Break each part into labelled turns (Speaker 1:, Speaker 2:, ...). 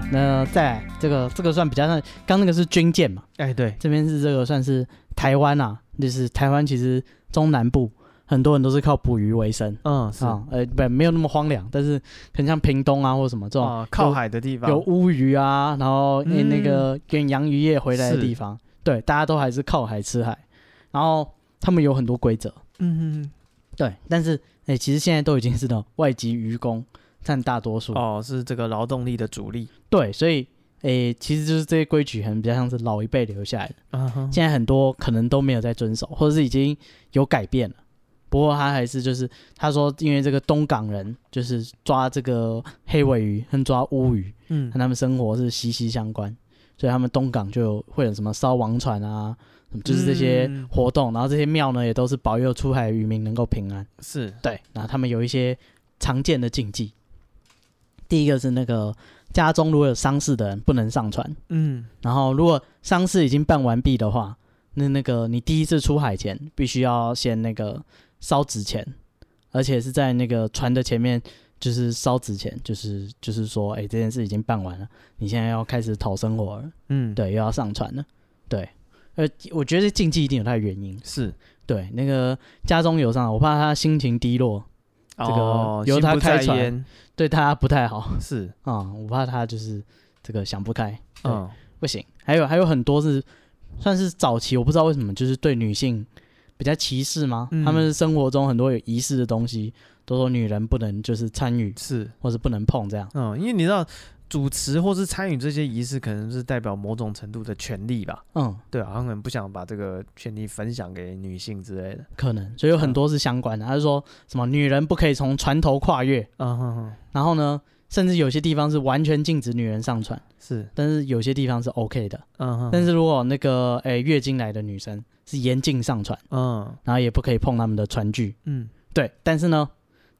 Speaker 1: 再来啊这个这个算比较算，刚那个是军舰嘛，
Speaker 2: 哎，对，
Speaker 1: 这边是这个算是台湾啊，就是台湾其实中南部很多人都是靠捕鱼为生
Speaker 2: 嗯，是
Speaker 1: 啊，呃不没有那么荒凉，但是很像屏东啊或者什么这种
Speaker 2: 啊，靠海的地方
Speaker 1: 有乌鱼啊，然后那
Speaker 2: 嗯
Speaker 1: 那个远洋渔业回来的
Speaker 2: 是
Speaker 1: 地方，对，大家都还是靠海吃海，然后他们有很多规则，
Speaker 2: 嗯，嗯
Speaker 1: 对，但是哎、其实现在都已经是那种外籍渔工占大多数
Speaker 2: 嗯，哦，是这个劳动力的主力，
Speaker 1: 对，所以诶、其实就是这些规矩，很比较像是老一辈留下来的，
Speaker 2: 嗯哼，
Speaker 1: 现在很多可能都没有在遵守，或者是已经有改变了。不过他还是就是他说，因为这个东港人就是抓这个黑尾鱼和抓乌鱼，
Speaker 2: 嗯
Speaker 1: 和他们生活是息息相关，所以他们东港就有会有什么烧王船啊，什么就是这些
Speaker 2: 嗯
Speaker 1: 活动，然后这些庙呢也都是保佑出海渔民能够平安。
Speaker 2: 是
Speaker 1: 对，然后他们有一些常见的禁忌。第一个是那个家中如果有丧事的人不能上船，
Speaker 2: 嗯
Speaker 1: 然后如果丧事已经办完毕的话，那那个你第一次出海前必须要先那个烧纸钱，而且是在那个船的前面，就是烧纸钱，就是就是说，哎、这件事已经办完了，你现在要开始讨生活了，
Speaker 2: 嗯，
Speaker 1: 对，又要上船了，对。呃，我觉得禁忌一定有它的原因。
Speaker 2: 是
Speaker 1: 对，那个家中有丧，我怕他心情低落，
Speaker 2: 这
Speaker 1: 个
Speaker 2: 哦
Speaker 1: 由他开船
Speaker 2: 烟
Speaker 1: 对他不太好
Speaker 2: 是
Speaker 1: 啊、我怕他就是这个想不开，对
Speaker 2: 嗯
Speaker 1: 不行。还有还有很多是算是早期，我不知道为什么就是对女性比较歧视吗？
Speaker 2: 嗯
Speaker 1: 他们生活中很多有仪式的东西，都说女人不能就是参与
Speaker 2: 是
Speaker 1: 或是不能碰这样。
Speaker 2: 嗯，因为你知道主持或是参与这些仪式，可能是代表某种程度的权利吧。
Speaker 1: 嗯，
Speaker 2: 对啊，他可能不想把这个权利分享给女性之类的。
Speaker 1: 可能所以有很多是相关的。他就说什么女人不可以从船头跨越，
Speaker 2: 嗯哼哼，
Speaker 1: 然后呢，甚至有些地方是完全禁止女人上船，
Speaker 2: 是，
Speaker 1: 但是有些地方是 OK 的。
Speaker 2: 嗯哼，
Speaker 1: 但是如果那个诶、月经来的女生是严禁上船，
Speaker 2: 嗯
Speaker 1: 然后也不可以碰他们的船具。
Speaker 2: 嗯
Speaker 1: 对，但是呢，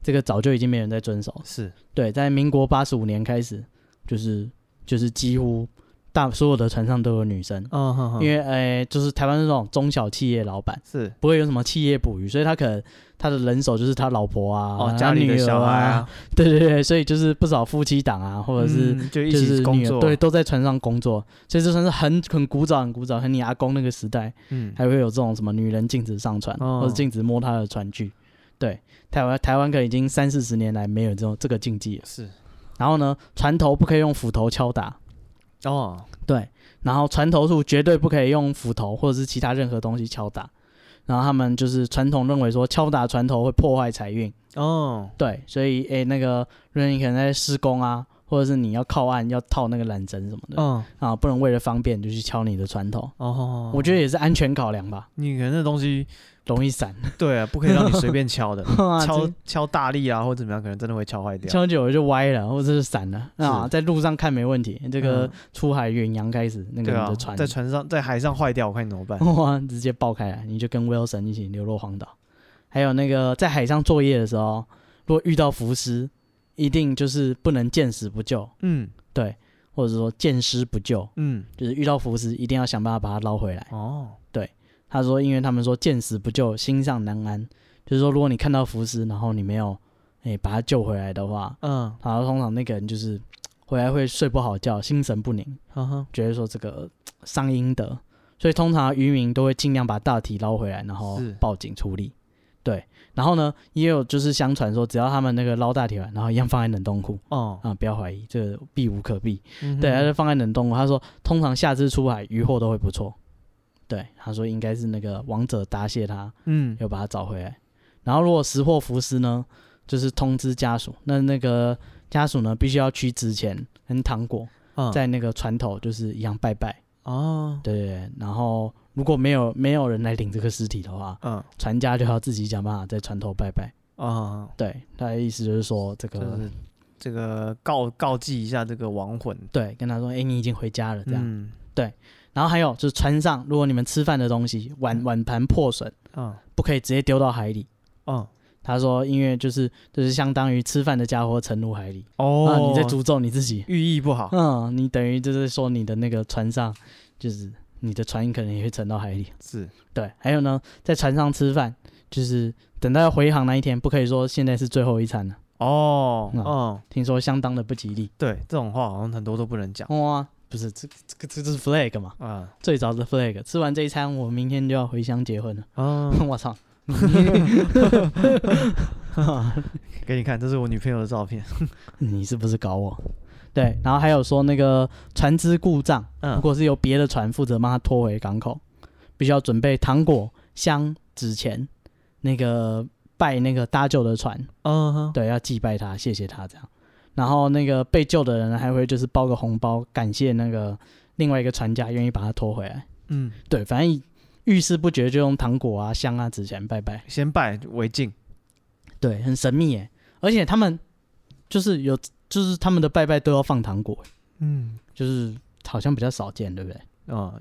Speaker 1: 这个早就已经没人在遵守了。
Speaker 2: 是，
Speaker 1: 对，在民国八十五年开始，就是就是几乎大所有的船上都有女生，
Speaker 2: 嗯哼哼，
Speaker 1: 因为呃，就是台湾这种中小企业老板
Speaker 2: 是
Speaker 1: 不会有什么企业捕鱼，所以他可能他的人手就是他老婆啊，
Speaker 2: 哦
Speaker 1: 他
Speaker 2: 家里的
Speaker 1: 女儿
Speaker 2: 小孩
Speaker 1: 啊，，对对对，所以就是不少夫妻档啊，或者是。
Speaker 2: 嗯就一
Speaker 1: 就是
Speaker 2: 起工
Speaker 1: 女
Speaker 2: 作，
Speaker 1: 儿对，，都在船上工作，所以这算是很很古早、很古早、很你阿公那个时代，
Speaker 2: 嗯，
Speaker 1: 还会有这种什么女人禁止上船，
Speaker 2: 哦
Speaker 1: 或者禁止摸她的船具。对，台湾台湾可能已经三四十年来没有这种这个禁忌了。
Speaker 2: 是
Speaker 1: 然后呢，船头不可以用斧头敲打，
Speaker 2: 哦，
Speaker 1: 对，然后船头处绝对不可以用斧头或者是其他任何东西敲打。然后他们就是传统认为说敲打船头会破坏财运，
Speaker 2: 哦，
Speaker 1: 对，所以诶那个，如果你可能在施工啊，或者是你要靠岸要套那个缆绳什么的、
Speaker 2: 嗯，
Speaker 1: 啊，不能为了方便就去敲你的船头，
Speaker 2: 哦，
Speaker 1: 我觉得也是安全考量吧，
Speaker 2: 你可能那东西，
Speaker 1: 容易散，，
Speaker 2: 对啊，不可以让你随便敲的
Speaker 1: 啊
Speaker 2: 敲敲大力啊，或者怎么样，可能真的会敲坏掉。
Speaker 1: 敲久了就歪了，或者是散了啊，
Speaker 2: 是
Speaker 1: 在路上看没问题，这个
Speaker 2: 嗯
Speaker 1: 出海远洋开始，那个
Speaker 2: 对
Speaker 1: 你
Speaker 2: 啊
Speaker 1: 的，船哦
Speaker 2: 在船上在海上坏掉，我看你怎么办。
Speaker 1: 哇直接爆开啊来，你就跟 Wilson 一起流落荒岛。还有那个在海上作业的时候，如果遇到浮尸，一定就是不能见死不救，
Speaker 2: 嗯
Speaker 1: 对，或者说见尸不救，
Speaker 2: 嗯，
Speaker 1: 就是遇到浮尸一定要想办法把它捞回来。
Speaker 2: 哦，
Speaker 1: 他说，因为他们说见死不救，心上难安，就是说如果你看到浮尸，然后你没有哎、把它救回来的话，
Speaker 2: 嗯，
Speaker 1: 然后通常那个人就是回来会睡不好觉，心神不宁，
Speaker 2: 哈哈，
Speaker 1: 觉得说这个伤阴德，所以通常渔民都会尽量把大体捞回来，然后
Speaker 2: 是
Speaker 1: 报警处理。对，然后呢，也有就是相传说，只要他们那个捞大体完，然后一样放在冷冻库
Speaker 2: 哦，
Speaker 1: 啊，不要怀疑，这个避无可避。
Speaker 2: 嗯哼
Speaker 1: 对，他就放在冷冻库。他说，通常下次出海渔获都会不错。对，他说应该是那个王者答谢他，
Speaker 2: 嗯，
Speaker 1: 又把它找回来。然后如果识货浮尸呢，就是通知家属，那那个家属呢必须要取纸钱跟糖果，
Speaker 2: 嗯
Speaker 1: 在那个船头就是一样拜拜，
Speaker 2: 哦，
Speaker 1: 对对对。然后如果没有没有人来领这个尸体的话，
Speaker 2: 嗯
Speaker 1: 船家就要自己想办法在船头拜拜。
Speaker 2: 啊，
Speaker 1: 对，他的意思就是说这个。
Speaker 2: 就是这个告告祭一下这个亡魂，
Speaker 1: 对，跟他说，哎、你已经回家了，这样。
Speaker 2: 嗯
Speaker 1: 然后还有就是船上，如果你们吃饭的东西碗碗盘破损，
Speaker 2: 嗯
Speaker 1: 不可以直接丢到海里。
Speaker 2: 嗯，
Speaker 1: 他说，因为就是就是相当于吃饭的家伙沉入海里，啊，
Speaker 2: 哦，
Speaker 1: 你在诅咒你自己。
Speaker 2: 寓意不好，
Speaker 1: 嗯，你等于就是说你的那个船上，就是你的船可能也会沉到海里。
Speaker 2: 是
Speaker 1: 对，还有呢，在船上吃饭，就是等到要回航那一天，不可以说现在是最后一餐了，
Speaker 2: 哦，
Speaker 1: 嗯
Speaker 2: 嗯，
Speaker 1: 听说相当的不吉利。
Speaker 2: 对，这种话好像很多都不能讲
Speaker 1: 哇、不是这这个这这是 flag 嘛，
Speaker 2: 啊
Speaker 1: 最早的 flag。吃完这一餐，我明天就要回乡结婚了。
Speaker 2: 啊！
Speaker 1: 我操！
Speaker 2: 给你看，这是我女朋友的照片。
Speaker 1: 你是不是搞我？对，然后还有说那个船只故障，
Speaker 2: 嗯
Speaker 1: 如果是由别的船负责帮他拖回港口，必须要准备糖果、香、纸钱，那个拜那个搭救的船，
Speaker 2: 嗯哼，
Speaker 1: 对，要祭拜他，谢谢他这样。然后那个被救的人还会就是包个红包，感谢那个另外一个船家愿意把他拖回来。
Speaker 2: 嗯，
Speaker 1: 对，反正遇事不决就用糖果啊、香啊、纸钱拜拜。
Speaker 2: 先拜为敬。
Speaker 1: 对，很神秘耶。而且他们就是有，就是他们的拜拜都要放糖果，
Speaker 2: 嗯
Speaker 1: 就是好像比较少见，对不对？
Speaker 2: 啊，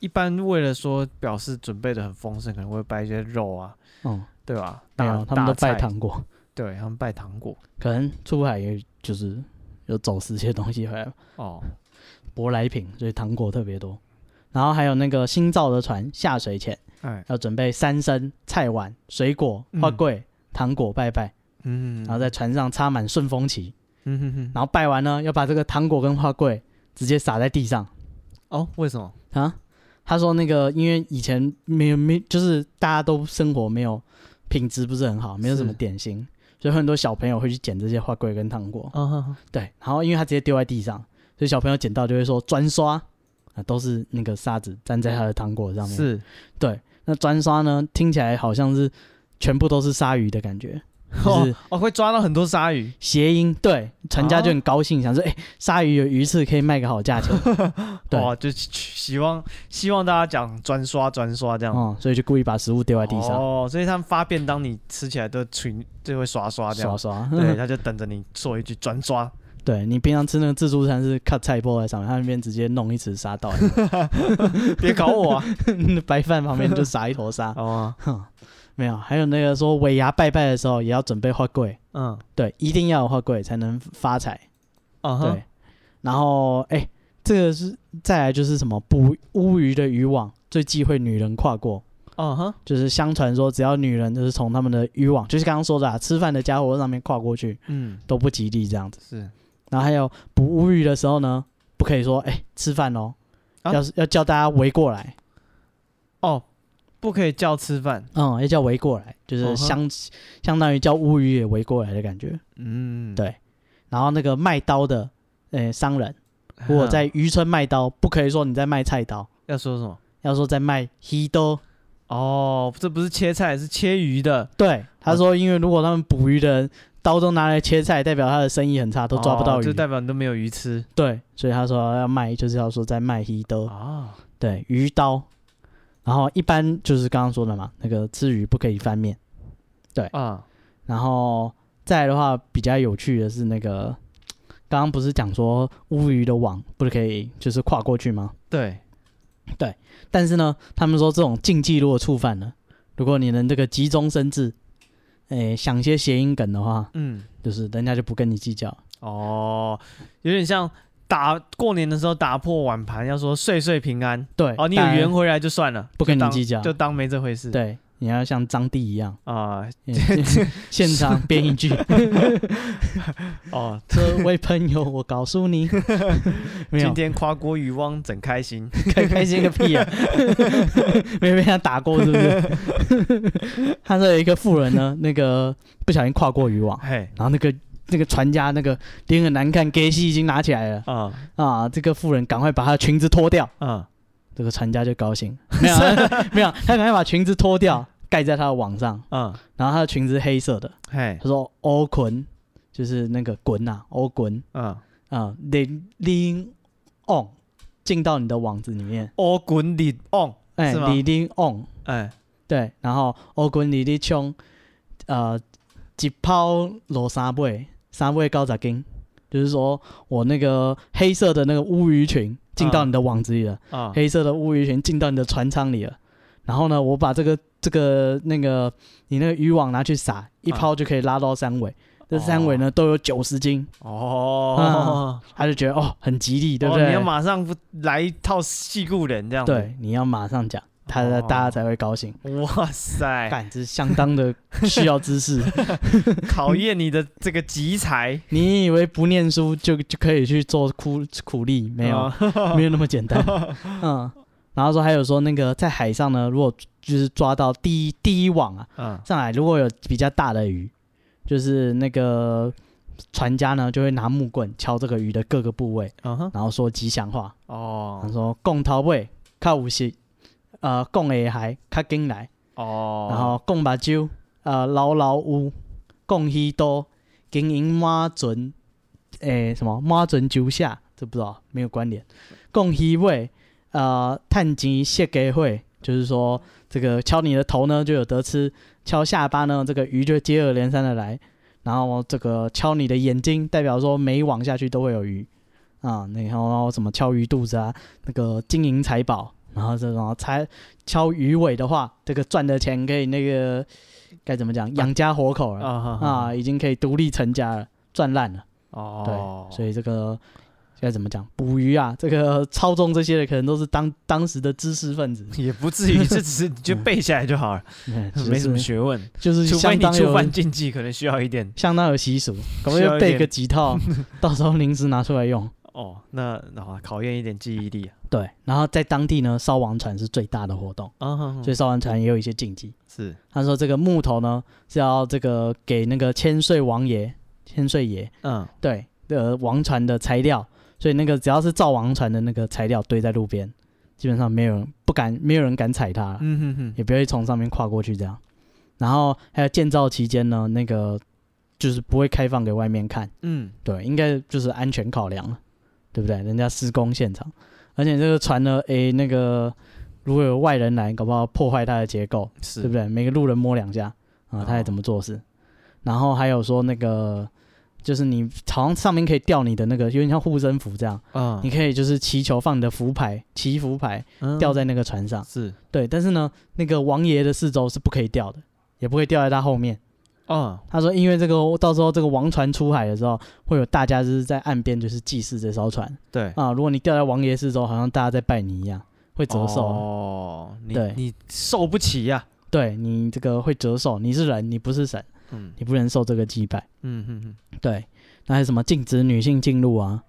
Speaker 2: 一般为了说表示准备的很丰盛，可能会拜一些肉啊，
Speaker 1: 哦、
Speaker 2: 对吧？
Speaker 1: 没
Speaker 2: 大
Speaker 1: 有，他们都拜，
Speaker 2: 大菜
Speaker 1: 糖果，
Speaker 2: 对他们拜糖果。
Speaker 1: 可能出海也就是有走私一些东西回来吧，
Speaker 2: 哦，
Speaker 1: 舶来品，所以糖果特别多。然后还有那个新造的船下水前
Speaker 2: 哎，
Speaker 1: 要准备三牲、菜碗、水果、
Speaker 2: 嗯
Speaker 1: 花桂、糖果拜拜，
Speaker 2: 嗯，
Speaker 1: 然后在船上插满顺风旗，
Speaker 2: 嗯哼哼，
Speaker 1: 然后拜完呢，要把这个糖果跟花桂直接撒在地上。
Speaker 2: 哦，为什么？
Speaker 1: 啊，他说那个因为以前没有没就是大家都生活没有品质不是很好，没有什么
Speaker 2: 是
Speaker 1: 点心，所以很多小朋友会去捡这些花桂跟糖果。
Speaker 2: 啊哈哈，
Speaker 1: 对，然后因为他直接丢在地上，所以小朋友捡到就会说砖刷啊，都是那个沙子粘在他的糖果上面。，
Speaker 2: 是
Speaker 1: 对。那砖刷呢，听起来好像是全部都是鲨鱼的感觉，就是
Speaker 2: 哦哦，会抓到很多鲨鱼。
Speaker 1: 谐音。对，船家就
Speaker 2: 啊
Speaker 1: 很高兴，想说，哎、鲨鱼有鱼刺可以卖个好价 钱，对
Speaker 2: 哦，就希希望希望大家讲专刷专刷这样。
Speaker 1: 哦、所以就故意把食物丢在地上，
Speaker 2: 哦，所以他们发便当，你吃起来都群就会刷刷这
Speaker 1: 刷
Speaker 2: 样。
Speaker 1: 刷。
Speaker 2: 对，他就等着你说一句专刷。
Speaker 1: 对你平常吃那个自助餐是 cut 菜包在上面，他那边直接弄一池沙到你，
Speaker 2: 别搞 我啊！
Speaker 1: 白饭旁边就撒一坨 沙。
Speaker 2: 哦，
Speaker 1: 哼，没有，还有那个说尾牙拜拜的时候也要准备花柜，
Speaker 2: 嗯，
Speaker 1: 对，一定要有花柜才能发财。
Speaker 2: 啊
Speaker 1: 对，
Speaker 2: 哈，
Speaker 1: 然后哎、这个是再来就是什么捕乌鱼的渔网，最忌讳女人跨过。
Speaker 2: 啊哈，
Speaker 1: 就是相传说，只要女人就是从他们的渔网，就是刚刚说的、啊、吃饭的家伙上面跨过去
Speaker 2: 嗯，
Speaker 1: 都不吉利这样子。
Speaker 2: 是
Speaker 1: 然后还有捕乌鱼的时候呢，不可以说哎、吃饭哦，
Speaker 2: 啊
Speaker 1: 要是要叫大家围过来，
Speaker 2: 哦，不可以叫吃饭。
Speaker 1: 嗯，要叫围过来，就是
Speaker 2: 嗯哼
Speaker 1: 相、相当于叫乌鱼也围过来的感觉。
Speaker 2: 嗯，
Speaker 1: 对然后那个卖刀的呃商人，如果在渔村卖刀，不可以说你在卖菜刀，
Speaker 2: 要说什么？
Speaker 1: 要说在卖黑刀。
Speaker 2: 哦，这不是切菜，是切鱼的，
Speaker 1: 对，
Speaker 2: 哦
Speaker 1: 他说因为如果他们捕鱼的人刀都拿来切菜，代表他的生意很差，都抓不到
Speaker 2: 哦
Speaker 1: 鱼。
Speaker 2: 就代表你都没有鱼吃
Speaker 1: 对，所以他说要卖，就是要说在卖黑刀。
Speaker 2: 啊。
Speaker 1: 对，鱼刀。然后一般就是刚刚说的嘛，那个吃鱼不可以翻面。
Speaker 2: 啊，
Speaker 1: 然后再来的话，比较有趣的是那个，刚刚不是讲说乌鱼的网不是可以就是跨过去吗？
Speaker 2: 对，
Speaker 1: 但是呢，他们说这种禁忌如果触犯了，如果你能这个急中生智，诶，想些谐音梗的话，
Speaker 2: 嗯，
Speaker 1: 就是人家就不跟你计较。
Speaker 2: 哦，有点像打过年的时候打破碗盘，要说岁岁平安。
Speaker 1: 对，
Speaker 2: 哦，你有
Speaker 1: 但
Speaker 2: 圆回来就算了，
Speaker 1: 不跟
Speaker 2: 就
Speaker 1: 哎你
Speaker 2: 当
Speaker 1: 计较。
Speaker 2: 就当没这回事。
Speaker 1: 对，你要像张帝一 样，
Speaker 2: 啊，
Speaker 1: 诶 现场编一句，
Speaker 2: 哦，
Speaker 1: 这位朋友，我告诉 你，没有
Speaker 2: 今，天夸锅渔翁真 开心。
Speaker 1: 开开心个屁 啊！没被他打过是不是？ 他说有一个富人呢，那个不小心跨过渔网，
Speaker 2: 嘿，
Speaker 1: 然后那个那个船家那个脸很难看，给戏已经拿起来了
Speaker 2: 啊
Speaker 1: 啊！这个富人赶快把他的裙子脱掉，
Speaker 2: 啊，
Speaker 1: 这个船家就高兴，没有 啊没有，他赶快把裙子脱掉，盖在他的网上，
Speaker 2: 嗯，
Speaker 1: 然后他的裙子黑色的，
Speaker 2: 嘿，
Speaker 1: 他说欧滚，就是那个滚呐、啊，欧滚
Speaker 2: 嗯，
Speaker 1: 啊，lean lean on，进哦到你的网子里面，
Speaker 2: 哦滚你 on，
Speaker 1: 哎
Speaker 2: 是吗
Speaker 1: ，lean on。
Speaker 2: 哎，
Speaker 1: 哦对，然后欧滚里的冲，呃，一泡落三尾，三尾高十斤，就是说我那个黑色的那个乌鱼群进
Speaker 2: 嗯
Speaker 1: 到你的网子里了，
Speaker 2: 啊，
Speaker 1: 黑色的乌鱼群进到你的船舱里了。然后呢，我把这个这个那个你那个渔网拿去撒，一
Speaker 2: 啊
Speaker 1: 抛就可以拉到三尾。这三尾呢都有九十斤，
Speaker 2: 哦，
Speaker 1: 他就觉啊得哦很吉利，对不
Speaker 2: 哦
Speaker 1: 对？
Speaker 2: 你要马上不来一套戏故人这样。
Speaker 1: 对，你要马上讲，他的
Speaker 2: 哦哎
Speaker 1: 大家才会高兴。
Speaker 2: 哇 塞，
Speaker 1: 感知相当的需要知 识。
Speaker 2: 考验你的这个集才，
Speaker 1: 你以为不念书就就可以去做苦苦力？没有，
Speaker 2: 哦，
Speaker 1: 没有那么简 单。嗯，然后说还有说那个在海上呢，如果就是抓到第一第一网啊，
Speaker 2: 嗯，
Speaker 1: 上来如果有比较大的鱼，就是那个船家呢就会拿木棍敲这个鱼的各个部位，
Speaker 2: 嗯哼，
Speaker 1: 然后说吉祥话，他
Speaker 2: 哦，
Speaker 1: 说共头尾靠五十，呃共的海靠紧来，
Speaker 2: 哦，
Speaker 1: 然后共目睭呃老老乌，共鱼多经营马船，诶、什么马船酒下，这不知道没有关联。共鱼尾呃探钱谢给会，就是说这个敲你的头呢就有得吃，敲下巴呢这个鱼就接二连三的来，然后这个敲你的眼睛代表说每网下去都会有鱼。啊、那然后然后什么敲鱼肚子啊，那个金银财宝，然后这种财敲鱼尾的话，这个赚的钱可以那个该怎么讲，养家活口了
Speaker 2: 啊
Speaker 1: 啊
Speaker 2: 啊，
Speaker 1: 已经可以独立成家了，赚烂了。
Speaker 2: 哦，
Speaker 1: 所以这个该怎么讲，捕鱼啊，这个操纵这些的可能都是当当时的知识 分子，
Speaker 2: 也不至于，这只是你 就背下来就好了，
Speaker 1: 嗯
Speaker 2: 没什么，学问，
Speaker 1: 就是
Speaker 2: 除非
Speaker 1: 相
Speaker 2: 你
Speaker 1: 当
Speaker 2: 触
Speaker 1: 有
Speaker 2: 犯禁忌，可能需要一点。
Speaker 1: 相当有习俗，可能
Speaker 2: 需要
Speaker 1: 就
Speaker 2: 一
Speaker 1: 备
Speaker 2: 点
Speaker 1: 个几 套，到时候临时拿出来用。
Speaker 2: 哦，那好，考验一点记忆力啊。
Speaker 1: 对，然后在当地呢，烧王船是最大的活动，
Speaker 2: 啊，
Speaker 1: 所以烧王船也有一些禁忌。
Speaker 2: 是
Speaker 1: 他说这个木头呢是要这个给那个千岁王爷、千岁爷
Speaker 2: 嗯
Speaker 1: 对呃王船的材料，所以那个只要是造王船的那个材料堆在路边，基本上没有人不敢，没有人敢踩它，
Speaker 2: 嗯哼哼，
Speaker 1: 也不会从上面跨过去这样。然后还有建造期间呢，那个就是不会开放给外面看，
Speaker 2: 嗯
Speaker 1: 对，应该就是安全考量了，对不对？人家施工现场，而且这个船呢，诶，那个如果有外人来，搞不好破坏它的结构，
Speaker 2: 是
Speaker 1: 对不对？每个路人摸两下啊，
Speaker 2: 哦
Speaker 1: 他还怎么做事？然后还有说那个，就是你好像上面可以吊你的那个，有点像护身符这样，
Speaker 2: 嗯
Speaker 1: 你可以就是祈求放你的符牌、祈福牌
Speaker 2: 嗯
Speaker 1: 吊在那个船上。
Speaker 2: 是
Speaker 1: 对，但是呢，那个王爷的四周是不可以吊的，也不会吊在他后面。
Speaker 2: 哦
Speaker 1: 他说，因为这个到时候这个王船出海的时候，会有大家就是在岸边就是祭祀这艘船
Speaker 2: 对
Speaker 1: 啊。如果你吊在王爷四周，好像大家在拜你一样，会折寿啊。
Speaker 2: 哦，你
Speaker 1: 对
Speaker 2: 你受不起呀。
Speaker 1: 对你这个会折寿，你是人，你不是神，
Speaker 2: 嗯
Speaker 1: 你不能受这个祭拜。
Speaker 2: 嗯哼哼，
Speaker 1: 对，那还有什么禁止女性进入啊？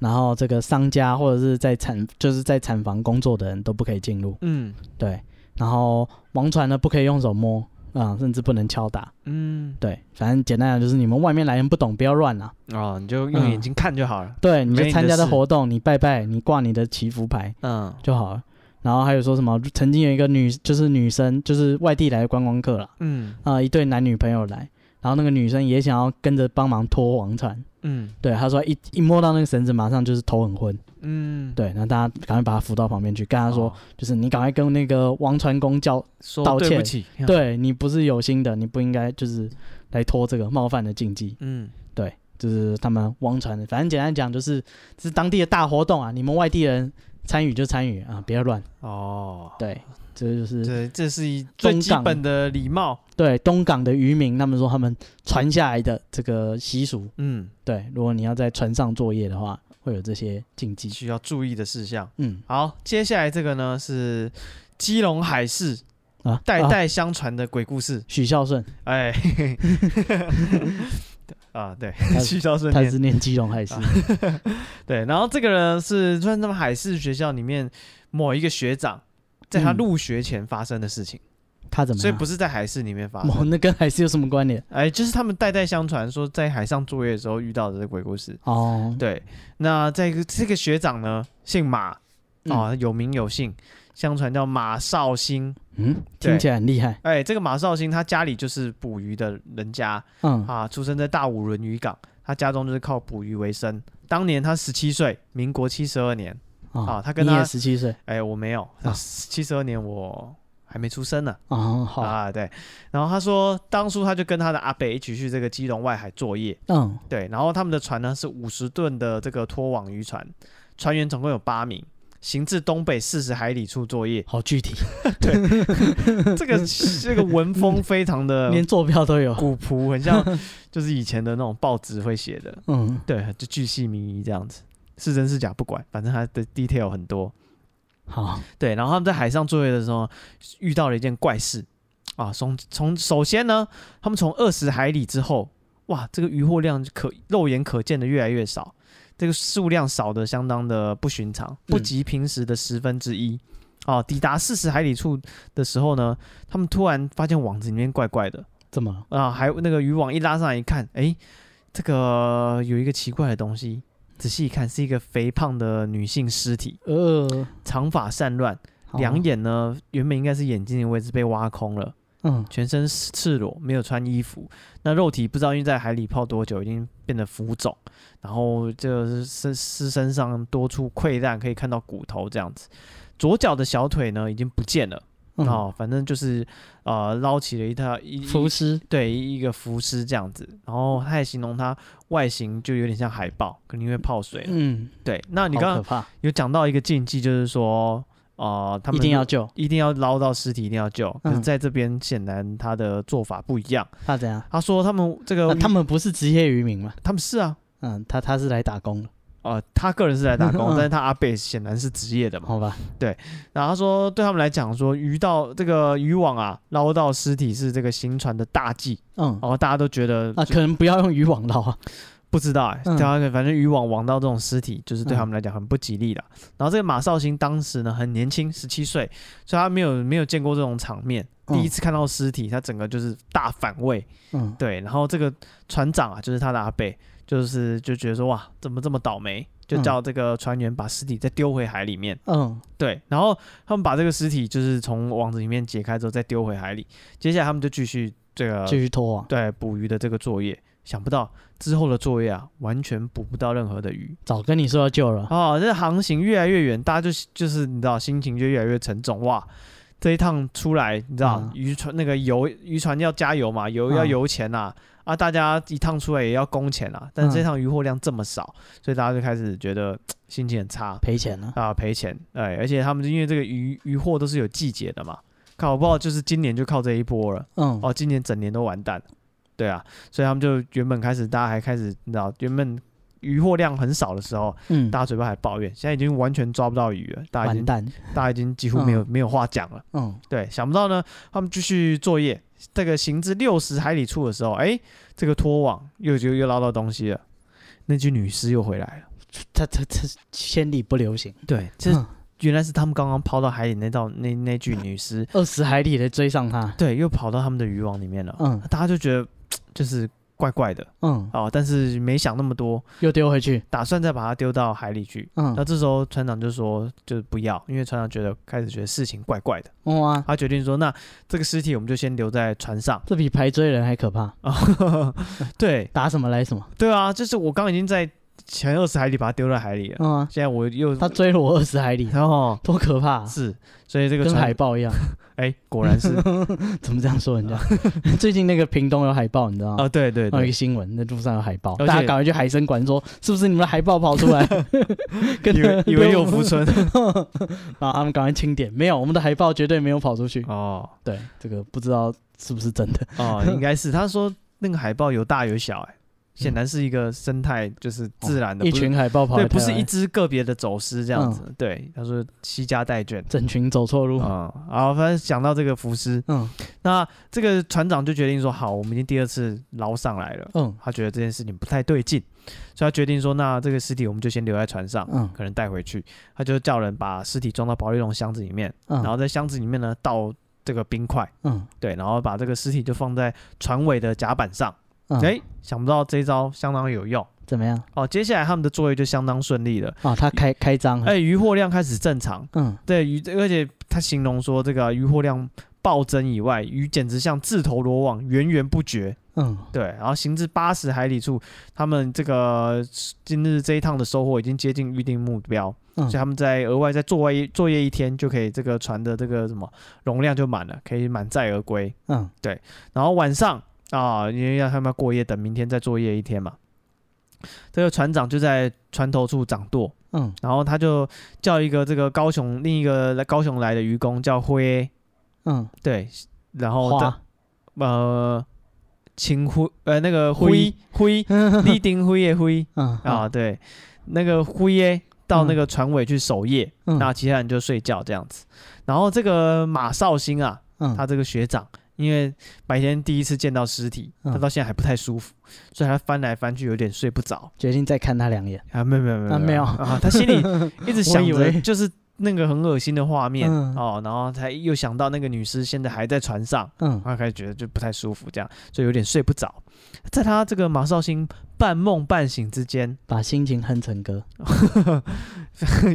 Speaker 1: 然后这个商家或者是在产就是在产房工作的人都不可以进入。
Speaker 2: 嗯
Speaker 1: 对，然后王船呢不可以用手摸啊、甚至不能敲打。
Speaker 2: 嗯
Speaker 1: 对，反正简单讲就是你们外面来人不懂，不要乱啊。
Speaker 2: 哦，你就用眼
Speaker 1: 嗯
Speaker 2: 睛看就好了。
Speaker 1: 对，你
Speaker 2: 没
Speaker 1: 就
Speaker 2: 你
Speaker 1: 参
Speaker 2: 的
Speaker 1: 加的
Speaker 2: 事
Speaker 1: 活动，你拜拜，你挂你的祈福牌
Speaker 2: 嗯
Speaker 1: 就好了。然后还有说什么？呃曾经有一个女，就是女生，就是外地来的观光客啦，
Speaker 2: 嗯
Speaker 1: 啊、一对男女朋友来，然后那个女生也想要跟着帮忙拖王船，
Speaker 2: 嗯
Speaker 1: 对，他说一一摸到那个绳子，马上就是头很昏。
Speaker 2: 嗯，
Speaker 1: 对，那大家赶快把他扶到旁边去，跟他说，
Speaker 2: 哦
Speaker 1: 就是你赶快跟那个王传公叫，
Speaker 2: 说
Speaker 1: 道
Speaker 2: 对不
Speaker 1: 歉
Speaker 2: 起。
Speaker 1: 对你不是有心的，你不应该就是来拖这个冒犯的禁忌。
Speaker 2: 嗯
Speaker 1: 对，就是他们王传的，反正简单讲就是这是当地的大活动啊，你们外地人参与就参与啊，不要乱。
Speaker 2: 哦，
Speaker 1: 对，这就是
Speaker 2: 这这是一最
Speaker 1: 中
Speaker 2: 基
Speaker 1: 港
Speaker 2: 本的礼貌。
Speaker 1: 对东港的渔民他们说他们传下来的这个习俗。
Speaker 2: 嗯，
Speaker 1: 对，如果你要在船上作业的话，会有这些禁忌。
Speaker 2: 需要注意的事项。
Speaker 1: 嗯，
Speaker 2: 好，接下来这个呢是基隆海事
Speaker 1: 啊，
Speaker 2: 代
Speaker 1: 啊
Speaker 2: 代相传的鬼故事。
Speaker 1: 许孝顺。
Speaker 2: 哎， 啊，对，
Speaker 1: 他
Speaker 2: 徐孝顺
Speaker 1: 他
Speaker 2: 念啊
Speaker 1: 是念基隆海事，
Speaker 2: 对，然后这个呢是算他们海事学校里面某一个学长。在他
Speaker 1: 嗯
Speaker 2: 入学前发生的事情，
Speaker 1: 他怎么
Speaker 2: 所以
Speaker 1: 样？
Speaker 2: 不是在海事里面发
Speaker 1: 哦
Speaker 2: 生，
Speaker 1: 那跟海事有什么关联？
Speaker 2: 哎，就是他们代代相传说在海上作业的时候遇到的这个鬼故事。
Speaker 1: 哦，
Speaker 2: 对，那这个这个学长呢，姓马啊、
Speaker 1: 嗯
Speaker 2: 哦有名有姓，相传叫马绍兴。
Speaker 1: 嗯，
Speaker 2: 对
Speaker 1: 听起来很厉害。
Speaker 2: 哎，这个马绍兴他家里就是捕鱼的人家
Speaker 1: 嗯，
Speaker 2: 啊，出生在大武仑渔港，他家中就是靠捕鱼为生。当年他十七岁，民国七十二年。
Speaker 1: 哦
Speaker 2: 啊他跟
Speaker 1: 你
Speaker 2: 他
Speaker 1: 也十七岁
Speaker 2: 哎，我没有
Speaker 1: 啊，
Speaker 2: 七十二年我还没出生呢。
Speaker 1: 哦，好，
Speaker 2: 啊，对。然后他说，当初他就跟他的阿北一起去这个基隆外海作业，
Speaker 1: 嗯。
Speaker 2: 对，然后他们的船呢是五十吨的这个拖网渔船，船员总共有八名，行至东北四十海里处作业
Speaker 1: 好具体，
Speaker 2: 这 个这个文风非常的
Speaker 1: 连坐标都有。
Speaker 2: 古朴，很像就是以前的那种报纸会写的，
Speaker 1: 嗯
Speaker 2: 对，就巨细靡遗这样子，是真是假不管，反正它的 detail 很多。
Speaker 1: 好，
Speaker 2: 对，然后他们在海上作业的时候遇到了一件怪事啊，从从首先呢，他们从二十海里之后，哇，这个渔获量可肉眼可见的越来越少，这个数量少的相当的不寻常，不及平时的十分之一。啊，抵达四十海里处的时候呢，他们突然发现网子里面怪怪的
Speaker 1: 怎么了？
Speaker 2: 啊，还那个渔网一拉上来一看，哎，这个有一个奇怪的东西，仔细一看是一个肥胖的女性尸体，
Speaker 1: 呃，
Speaker 2: 长发散乱，
Speaker 1: 好
Speaker 2: 两，眼呢，原本应该是眼睛的位置被挖空了，
Speaker 1: 嗯，
Speaker 2: 全身赤裸，没有穿衣服。那肉体不知道因为在海里泡多久，已经变得浮肿，然后这身尸身上多处溃烂，可以看到骨头这样子。左脚的小腿呢已经不见了
Speaker 1: 嗯，
Speaker 2: 哦，反正就是呃捞起了一条一一
Speaker 1: 浮尸，
Speaker 2: 对一个浮尸这样子。然后他也形容它外形就有点像海豹，可能因为泡水了。
Speaker 1: 嗯，
Speaker 2: 对，那呃你
Speaker 1: 好
Speaker 2: 刚
Speaker 1: 可
Speaker 2: 刚
Speaker 1: 怕，
Speaker 2: 有讲到一个禁忌，就是说呃他
Speaker 1: 一
Speaker 2: 们
Speaker 1: 定要救，
Speaker 2: 一定要捞到尸体，一定要救。可是
Speaker 1: 嗯
Speaker 2: 在这边显然他的做法不一样。
Speaker 1: 怕怎样？
Speaker 2: 他说他们这个、
Speaker 1: 那啊他们不是职业渔民嘛？
Speaker 2: 他们是啊，
Speaker 1: 嗯，他他是来打工的，
Speaker 2: 呃，他个人是来打工，
Speaker 1: 嗯
Speaker 2: 但是他阿贝显然是职业的嘛。
Speaker 1: 好吧？
Speaker 2: 然后他说对他们来讲说鱼到这个渔网啊捞到尸体是这个行船的大忌，
Speaker 1: 嗯，
Speaker 2: 然后大家都觉得
Speaker 1: 啊，可能不要用渔网捞啊，
Speaker 2: 不知道哎、欸，
Speaker 1: 嗯
Speaker 2: 他、反正渔网网到这种尸体，就是对
Speaker 1: 嗯
Speaker 2: 他们来讲很不吉利的。然后这个马绍兴当时呢很年轻，十七岁，所以他没有没有见过这种场面，
Speaker 1: 嗯
Speaker 2: 第一次看到尸体，他整个就是大反胃。
Speaker 1: 嗯，
Speaker 2: 对，然后这个船长啊，就是他的阿贝，就是就觉得说哇，怎么这么倒霉，就
Speaker 1: 嗯
Speaker 2: 叫这个船员把尸体再丢回海里面。
Speaker 1: 嗯，
Speaker 2: 对，然后他们把这个尸体就是从网子里面解开之后再丢回海里，接下来他们就继续这个
Speaker 1: 继续拖啊网，
Speaker 2: 对捕鱼的这个作业。想不到之后的作业啊，完全捕不到任何的鱼
Speaker 1: 早跟你说要救了，
Speaker 2: 哦，这航行越来越远，大家就就是你知道，心情就越来越沉重哇。这一趟出来，你知道、
Speaker 1: 嗯
Speaker 2: 渔船那个油渔船要加油嘛，油
Speaker 1: 嗯
Speaker 2: 要油钱呐、啊，大家一趟出来也要工钱啊，但是这
Speaker 1: 嗯
Speaker 2: 趟渔获量这么少，所以大家就开始觉得嘖心情很差
Speaker 1: 赔钱了，
Speaker 2: 啊，赔钱，哎，而且他们因为这个渔渔获都是有季节的嘛，搞不好就是今年就靠这一波了。
Speaker 1: 嗯，
Speaker 2: 哦，今年整年都完蛋了，对啊，所以他们就原本开始，大家还开始，你知道，原本渔获量很少的时候，
Speaker 1: 嗯，
Speaker 2: 大家嘴巴还抱怨，现在已经完全抓不到鱼了，大家已
Speaker 1: 完
Speaker 2: 经
Speaker 1: 蛋，
Speaker 2: 大家已经几乎没有、没有话讲了。
Speaker 1: 嗯，
Speaker 2: 对，想不到呢，他们继续作业，这个行至六十海里处的时候，哎，这个拖网又就又捞到东西了，那具女尸又回来了。
Speaker 1: 他他他千里不留行，
Speaker 2: 对，这
Speaker 1: 嗯
Speaker 2: 原来是他们刚刚抛到海里那道那那具女尸，
Speaker 1: 二十海里的追上他，
Speaker 2: 对，又跑到他们的渔网里面了。
Speaker 1: 嗯
Speaker 2: 大家就觉得就是怪怪的。
Speaker 1: 嗯，
Speaker 2: 哦，但是没想那么多，
Speaker 1: 又丢回去，
Speaker 2: 打算再把它丢到海里去。
Speaker 1: 嗯
Speaker 2: 那，这时候船长就说，就是不要，因为船长觉得开始觉得事情怪怪的，
Speaker 1: 哇、
Speaker 2: 他决定说，那这个尸体我们就先留在船上。
Speaker 1: 这比排追人还可怕，
Speaker 2: 啊，对
Speaker 1: 打什么来什么，
Speaker 2: 对啊，就是我刚已经在前二十海里把它丢到海里了，
Speaker 1: 嗯、啊，
Speaker 2: 现在我又
Speaker 1: 他追了我二十海 里，
Speaker 2: 然后
Speaker 1: 多可怕、啊！
Speaker 2: 是，所以这个
Speaker 1: 跟
Speaker 2: 船
Speaker 1: 海豹一 样，
Speaker 2: 哎、果然 是
Speaker 1: 怎么这样说人家？ 最近那个屏东有海豹，你知道吗？
Speaker 2: 啊，对哦对
Speaker 1: 有一
Speaker 2: 对
Speaker 1: 个，新闻，那路上有海豹，
Speaker 2: 而
Speaker 1: 大家
Speaker 2: 且
Speaker 1: 赶快去海参馆说，是不是你们的海豹跑出 来？跟
Speaker 2: 以为以为六福村
Speaker 1: 啊，他们赶快清点，没有，我们的海豹绝对没有跑出去。
Speaker 2: 哦
Speaker 1: 对，这个不知道是不是真的。
Speaker 2: 哦，应该是他说那个海豹有大有小、哎，显然是一个生态，就是自然
Speaker 1: 嗯
Speaker 2: 的，
Speaker 1: 哦一
Speaker 2: 不是
Speaker 1: 群海豹跑
Speaker 2: 对，
Speaker 1: 来台
Speaker 2: 不
Speaker 1: 湾，嗯
Speaker 2: 是一只个别的走失这样子。对，他说惜家带眷。
Speaker 1: 整群走错路。
Speaker 2: 啊、然后反正讲到这个浮尸，
Speaker 1: 嗯
Speaker 2: 那这个船长就决定说，好，我们已经第二次捞上来了，
Speaker 1: 嗯
Speaker 2: 他觉得这件事情不太对劲，所以他决定说，那这个尸体我们就先留在船上，
Speaker 1: 嗯
Speaker 2: 可能带回去。他就叫人把尸体装到保利龙箱子里面，
Speaker 1: 嗯，
Speaker 2: 然后在箱子里面呢倒这个冰块，
Speaker 1: 嗯
Speaker 2: 对，然后把这个尸体就放在船尾的甲板上。
Speaker 1: 嗯，
Speaker 2: 哎、想不到这一招相当有用
Speaker 1: 怎么样？
Speaker 2: 哦。接下来他们的作业就相当顺利了。
Speaker 1: 啊，他开开张了。
Speaker 2: 哎，渔获量开始正常，
Speaker 1: 嗯，
Speaker 2: 对鱼，而且他形容说这个啊渔获量暴增以外，鱼简直像自投罗网，源源不绝。
Speaker 1: 嗯
Speaker 2: 对，然后行至八十海里处，他们这个今日这一趟的收获已经接近预定目标，
Speaker 1: 嗯
Speaker 2: 所以他们在额外在作业作业一天就可以这个船的这个什么容量就满了，可以满载而归。
Speaker 1: 嗯
Speaker 2: 然后晚上啊，因为要他们要过夜，等明天再作业一天嘛。这个船长就在船头处掌舵，
Speaker 1: 嗯
Speaker 2: 然后他就叫一个这个高雄另一个来高雄来的渔工叫辉，
Speaker 1: 嗯，
Speaker 2: 哦对，然后的
Speaker 1: 花
Speaker 2: 呃秦辉呃那个
Speaker 1: 辉
Speaker 2: 辉辉立丁辉耶辉
Speaker 1: 嗯
Speaker 2: 啊，对，那个辉耶到那个船尾去守夜，
Speaker 1: 嗯
Speaker 2: 那其他人就睡觉这样子。然后这个马绍兴啊，
Speaker 1: 嗯，
Speaker 2: 他这个学长，因为白天第一次见到尸体，
Speaker 1: 嗯
Speaker 2: 他到现在还不太舒服，所以他翻来翻去有点睡不着
Speaker 1: 决定再看他两眼。
Speaker 2: 啊。没有没有没有
Speaker 1: 啊没有
Speaker 2: 啊，他心里 一直想
Speaker 1: 我以
Speaker 2: 着
Speaker 1: 为
Speaker 2: 就是那个很恶心的画面、
Speaker 1: 嗯
Speaker 2: 哦，然后他又想到那个女尸现在还在船上，
Speaker 1: 嗯
Speaker 2: 他开始觉得就不太舒服，这样所以有点睡不着。在他这个马绍兴半梦半醒之间，
Speaker 1: 把心情哼成歌，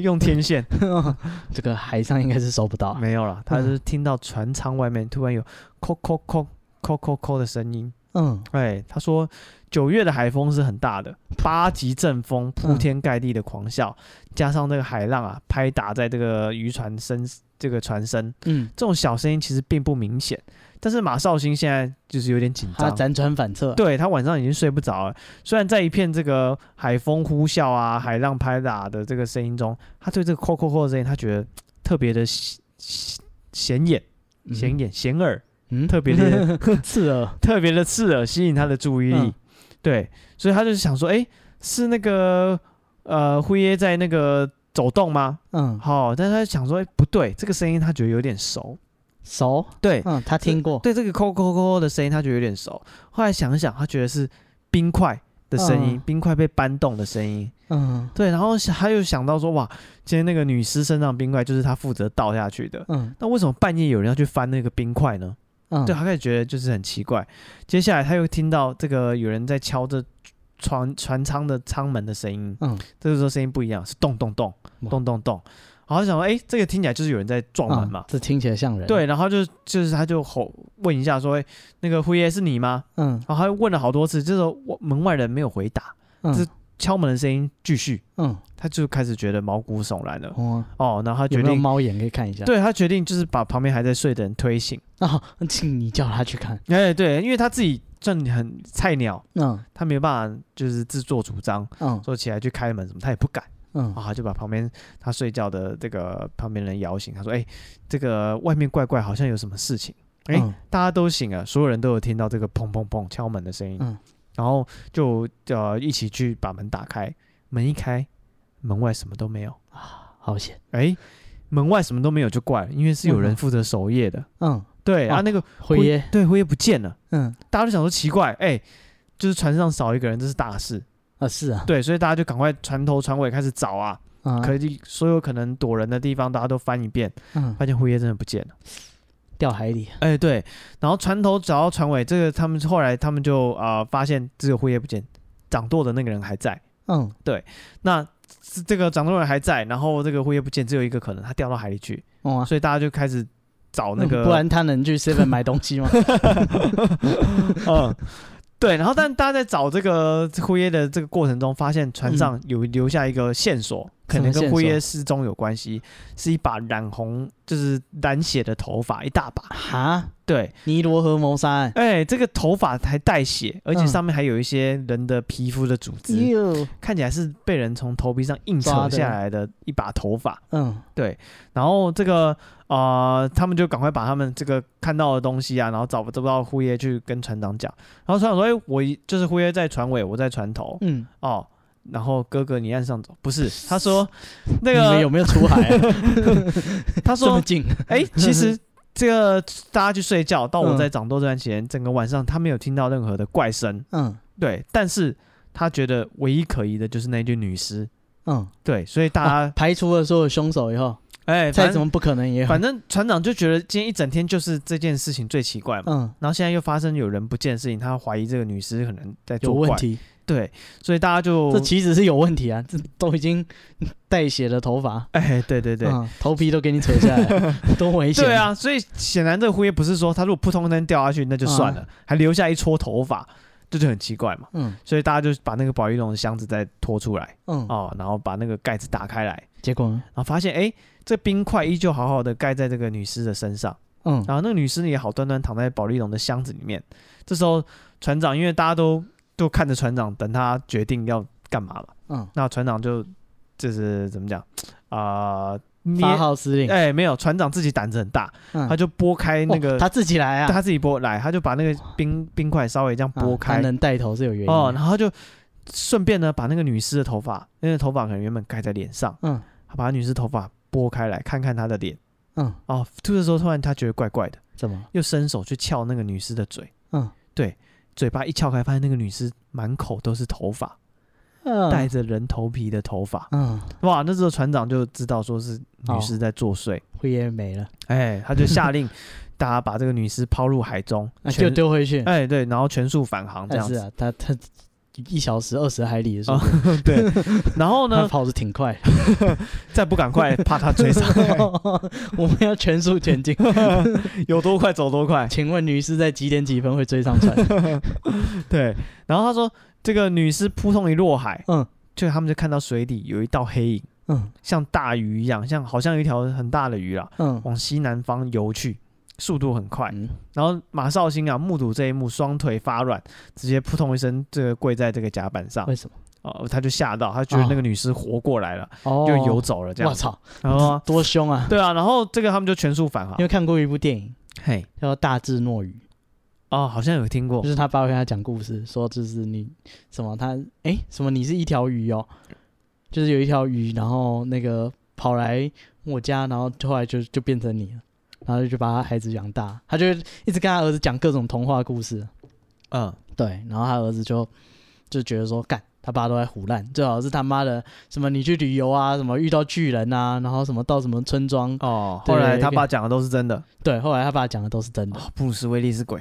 Speaker 2: 用天线
Speaker 1: 这个海上应该是收不到啊。
Speaker 2: 没有了，他是听到船舱外面突然有“扣扣扣扣扣扣”的声音。
Speaker 1: 嗯
Speaker 2: 哎，他说九月的海风是很大的，八级阵
Speaker 1: 嗯
Speaker 2: 风铺天盖地的狂啸，加上那个海浪啊拍打在这个渔船身这个船身，
Speaker 1: 嗯，
Speaker 2: 这种小声音其实并不明显，但是马绍兴现在就是有点紧
Speaker 1: 他
Speaker 2: 张。
Speaker 1: 辗转反侧。
Speaker 2: 对他晚上已经睡不着了，虽然在一片这个海风呼啸啊、海浪拍打的这个声音中，他对这个“扣扣扣”的声音，他觉得嘖特别的显显显眼、
Speaker 1: 嗯
Speaker 2: 显眼、显耳，
Speaker 1: 嗯
Speaker 2: 特 别的
Speaker 1: 刺耳。
Speaker 2: 特别的刺耳，吸引他的注意力。
Speaker 1: 嗯
Speaker 2: 对，所以他就是想说，诶，是那个呃辉耶在那个走动吗？
Speaker 1: 嗯，
Speaker 2: 好、但是他想说，诶，不对，这个声音他觉得有点熟。
Speaker 1: 熟。
Speaker 2: 对，
Speaker 1: 嗯，他听过。
Speaker 2: 对这个“扣扣扣”的声音，他觉得有点熟。后来想一想，他觉得是冰块的声音，
Speaker 1: 嗯
Speaker 2: 冰块被搬动的声音。
Speaker 1: 嗯
Speaker 2: 对，然后想他又想到说，哇，今天那个女尸身上的冰块就是他负责倒下去的。
Speaker 1: 嗯
Speaker 2: 那为什么半夜有人要去翻那个冰块呢？
Speaker 1: 嗯，
Speaker 2: 对他开始觉得就是很奇怪。接下来他又听到这个有人在敲着船船舱的舱门的声音，
Speaker 1: 嗯
Speaker 2: 这个时候声音不一样，是咚咚咚
Speaker 1: 哇
Speaker 2: 咚咚咚。然后他想说，哎、这个听起来就是有人在撞门
Speaker 1: 嗯
Speaker 2: 嘛。
Speaker 1: 这听起来像人。，
Speaker 2: 对，然后就就是他就吼问一下说，诶那个辉爷是你吗？
Speaker 1: 嗯
Speaker 2: 然后他又问了好多次，这时候我门外人没有回答，
Speaker 1: 嗯
Speaker 2: 这敲门的声音继续，
Speaker 1: 嗯，
Speaker 2: 他就开始觉得毛骨悚然了。
Speaker 1: 哦，
Speaker 2: 哦，然后他
Speaker 1: 有
Speaker 2: 决
Speaker 1: 没有
Speaker 2: 定，
Speaker 1: 猫眼可以看一下？
Speaker 2: 对他决定就是把旁边还在睡的人推醒。
Speaker 1: 啊，请你叫他去看。
Speaker 2: 哎，对，因为他自己算很菜鸟，
Speaker 1: 嗯
Speaker 2: 他没有办法就是自作主张，
Speaker 1: 嗯
Speaker 2: 说起来去开门什么，他也不敢
Speaker 1: 嗯
Speaker 2: 啊，他就把旁边他睡觉的这个旁边人摇醒。他说：“哎，这个外面怪怪，好像有什么事情。”哎，
Speaker 1: 嗯
Speaker 2: 大家都醒了，所有人都有听到这个砰砰砰敲门的声音，
Speaker 1: 嗯
Speaker 2: 然后就呃一起去把门打开，门一开，门外什么都没有，
Speaker 1: 啊好险。
Speaker 2: 哎，门外什么都没有就怪了，因为是有人
Speaker 1: 嗯
Speaker 2: 负责守夜的，
Speaker 1: 嗯，
Speaker 2: 对，
Speaker 1: 哦
Speaker 2: 啊那个
Speaker 1: 辉耶。
Speaker 2: 对辉夜不见了，
Speaker 1: 嗯
Speaker 2: 大家就想说奇怪，哎，就是船上少一个人，这是大事，
Speaker 1: 啊，是啊。
Speaker 2: 对，所以大家就赶快船头船尾开始找啊，
Speaker 1: 啊，
Speaker 2: 可以所有可能躲人的地方大家都翻一遍，
Speaker 1: 嗯，
Speaker 2: 发现辉夜真的不见了。
Speaker 1: 掉海里。
Speaker 2: 哎、对，然后船头找到船尾，这个他们后来他们就呃发现这个辉夜不见，掌舵的那个人还在。
Speaker 1: 嗯
Speaker 2: 那这这个掌舵人还在，然后这个辉夜不见，只有一个可能，他掉到海里去，
Speaker 1: 哦啊，
Speaker 2: 所以大家就开始找那
Speaker 1: 嗯
Speaker 2: 个，
Speaker 1: 不然他能去 Seven 买东西吗？
Speaker 2: 嗯，对，然后但大家在找这个辉夜的这个过程中，发现船上有留下一个线索，
Speaker 1: 嗯
Speaker 2: 可
Speaker 1: 什
Speaker 2: 能
Speaker 1: 么
Speaker 2: 跟
Speaker 1: 线索
Speaker 2: 辉夜失踪有关系，是一把染红，就是染血的头发，一大把，
Speaker 1: 哈，
Speaker 2: 对，
Speaker 1: 尼罗河谋杀案。
Speaker 2: 哎、这个头发还带血，而且
Speaker 1: 嗯
Speaker 2: 上面还有一些人的皮肤的组织，
Speaker 1: 哟，
Speaker 2: 看起来是被人从头皮上硬
Speaker 1: 抓的
Speaker 2: 扯下来的一把头发。
Speaker 1: 嗯
Speaker 2: 然后这个呃，他们就赶快把他们这个看到的东西啊，然后找不找不到辉爷去跟船长讲。然后船长说：“哎、我一就是辉爷在船尾，我在船头
Speaker 1: 嗯，
Speaker 2: 哦。”然后哥哥你岸上走，不是？他说那
Speaker 1: 你们
Speaker 2: 个，
Speaker 1: 有没有出海啊？
Speaker 2: 他
Speaker 1: 这么
Speaker 2: 说
Speaker 1: 近？
Speaker 2: 哎、其实。这个大家去睡觉，到我
Speaker 1: 嗯
Speaker 2: 在掌舵这段时间，整个晚上他没有听到任何的怪声，
Speaker 1: 嗯
Speaker 2: 对，但是他觉得唯一可疑的就是那具女尸。
Speaker 1: 嗯，
Speaker 2: 对，所以大家
Speaker 1: 啊排除了所有凶手以后，
Speaker 2: 哎、
Speaker 1: 再
Speaker 2: 反
Speaker 1: 怎
Speaker 2: 正
Speaker 1: 么不可能也有。
Speaker 2: 反正船长就觉得今天一整天就是这件事情最奇怪嘛。
Speaker 1: 嗯，
Speaker 2: 然后现在又发生有人不见的事情，他怀疑这个女尸可能在
Speaker 1: 有
Speaker 2: 作怪。
Speaker 1: 问题，
Speaker 2: 对，所以大家就
Speaker 1: 这岂止是有问题啊！这都已经带血的头发，
Speaker 2: 哎、对对对。
Speaker 1: 嗯，头皮都给你扯下 来，多危险！
Speaker 2: 对，啊，所以显然这个灰不是说他如果扑通一声掉下去那就算了，还留下一撮头发，这就很奇怪嘛。
Speaker 1: 嗯
Speaker 2: 所以大家就把那个保育龙的箱子再拖出来
Speaker 1: 嗯，
Speaker 2: 哦，然后把那个盖子打开来，
Speaker 1: 结果呢
Speaker 2: 然后发现哎、这冰块依旧好好的盖在这个女尸的身上。
Speaker 1: 嗯
Speaker 2: 然后那个女尸也好端端躺在保利龙的箱子里面。这时候船长，因为大家都都看着船长，等他决定要干嘛嘛。
Speaker 1: 嗯，
Speaker 2: 那船长就就是怎么讲啊、捏
Speaker 1: 发号施令，
Speaker 2: 哎、没有，船长自己胆子很大，
Speaker 1: 嗯
Speaker 2: 他就拨开那个、
Speaker 1: 哦他自己来啊，
Speaker 2: 他自己拨来，他就把那个冰冰块稍微这样
Speaker 1: 啊
Speaker 2: 拨
Speaker 1: 他
Speaker 2: 开、
Speaker 1: 能带头是有原因的
Speaker 2: 哦，然后他就顺便呢把那个女尸的头发，那个头发可能原本盖在脸上，
Speaker 1: 嗯
Speaker 2: 他把女尸头发拨开来看看她的脸。
Speaker 1: 嗯，
Speaker 2: 哦，吐的时候突然他觉得怪怪的，
Speaker 1: 怎么？
Speaker 2: 又伸手去撬那个女尸的嘴，
Speaker 1: 嗯
Speaker 2: 嘴巴一撬开，发现那个女尸满口都是头发，
Speaker 1: 嗯，
Speaker 2: 带着人头皮的头发。
Speaker 1: 嗯，
Speaker 2: 哇，那时候船长就知道说是
Speaker 1: 哦
Speaker 2: 女尸在作祟，
Speaker 1: 灰也没了，
Speaker 2: 哎，他就下令大家把这个女尸抛入海中，
Speaker 1: 啊
Speaker 2: 全
Speaker 1: 就丢回去。
Speaker 2: 哎对，然后全速返航
Speaker 1: 但
Speaker 2: 这样
Speaker 1: 是
Speaker 2: 子。哦
Speaker 1: 啊，他他一小时二十海里的时候，
Speaker 2: 对，然后
Speaker 1: 他
Speaker 2: 呢，
Speaker 1: 跑的挺 快。
Speaker 2: 再不赶快怕他追上来，
Speaker 1: 我们要全速前进。
Speaker 2: 有多快走多快。
Speaker 1: 请问女士在几点几分会追 上船？
Speaker 2: 对，然后他说这个女尸扑通一落海，
Speaker 1: 嗯
Speaker 2: 就他们就看到水底有一道黑影，
Speaker 1: 嗯
Speaker 2: 像大鱼一样，像好像一条很大的鱼啦，
Speaker 1: 嗯
Speaker 2: 往西南方游去，速度很快。
Speaker 1: 嗯，
Speaker 2: 然后马绍兴啊，目睹这一幕，双腿发软，直接扑通一声，这个跪在这个甲板上
Speaker 1: 为，什么？
Speaker 2: 哦，他就吓到，他觉得那个女尸活过来了，
Speaker 1: 哦
Speaker 2: 就游。走了这
Speaker 1: 我
Speaker 2: 样。
Speaker 1: 操，
Speaker 2: 然后啊
Speaker 1: 多凶啊！
Speaker 2: 对啊，然后这个他们就全速返航
Speaker 1: 因。为看过一部电影
Speaker 2: 嘿，
Speaker 1: 叫《大智若愚
Speaker 2: 哦，好像有听》，过
Speaker 1: 就是他爸跟他讲故事，说就是你什么他哎、什么你是一条鱼哦，就是有一条鱼，然后那个跑来我家，然后后来就就变成你了。然后就把他孩子养大，他就一直跟他儿子讲各种童话故事，
Speaker 2: 嗯，
Speaker 1: 对，然后他儿子就就觉得说，干他爸都在胡乱，最好是他妈的什么你去旅游啊，什么遇到巨人啊，然后什么到什么村庄，
Speaker 2: 哦，
Speaker 1: 对
Speaker 2: 后来他
Speaker 1: 一个
Speaker 2: 爸讲的都是真的，
Speaker 1: 对，后来他爸讲的都是真的，
Speaker 2: 哦布鲁斯威利是 鬼，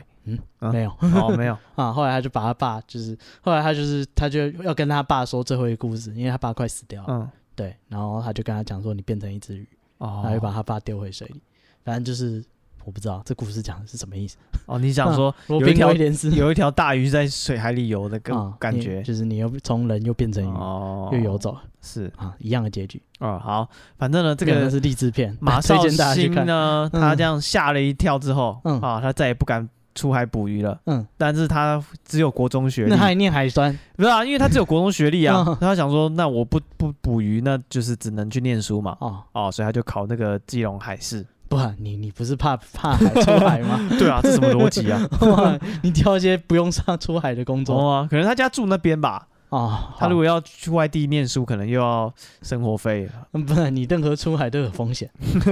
Speaker 2: 啊
Speaker 1: 没有
Speaker 2: 哦，没有，
Speaker 1: 啊，后来他就把他爸就是，后来他就是他就要跟他爸说最后一个故事，因为他爸快死掉了，
Speaker 2: 嗯，
Speaker 1: 对，然后他就跟他讲说你变成一只鱼，然后就把
Speaker 2: 哦，
Speaker 1: 他爸丢回水里，反正就是我不知道这故事讲的是什么意思，
Speaker 2: 哦，你想说
Speaker 1: 罗
Speaker 2: 有
Speaker 1: 宾
Speaker 2: 一条
Speaker 1: 威廉斯
Speaker 2: 有一条大鱼在水海里游的感
Speaker 1: 啊
Speaker 2: 感
Speaker 1: 你
Speaker 2: 觉，
Speaker 1: 啊就是你又从人又变成鱼、
Speaker 2: 哦，
Speaker 1: 又游走了
Speaker 2: 是，
Speaker 1: 啊，一样的结局。
Speaker 2: 哦，好，反正呢，这
Speaker 1: 这个
Speaker 2: 个
Speaker 1: 是励志片，
Speaker 2: 马
Speaker 1: 推
Speaker 2: 绍
Speaker 1: 荐大家去
Speaker 2: 兴
Speaker 1: 看。
Speaker 2: 呢，他
Speaker 1: 嗯
Speaker 2: 这样吓了一跳之后，
Speaker 1: 嗯
Speaker 2: 啊，他再也不敢出海捕鱼了。
Speaker 1: 嗯，
Speaker 2: 但是他只有 国中学历
Speaker 1: 那，他还念海酸，。
Speaker 2: 不是啊，因为他只有国中学历啊
Speaker 1: 嗯
Speaker 2: 他想说，那我不不捕鱼，那就是只能去念书嘛。
Speaker 1: 哦，
Speaker 2: 哦，所以他就考那个基隆海事。
Speaker 1: 不，你你不是怕怕海出海 吗？
Speaker 2: 对啊，这什么逻辑啊？
Speaker 1: 哇你挑一些不用上出海的工作
Speaker 2: 哦啊，可能他家住那边吧。
Speaker 1: 哦。
Speaker 2: 他如
Speaker 1: 果
Speaker 2: 果要去外地念书，可能又要生活费。
Speaker 1: 不然你任何出海都有风险。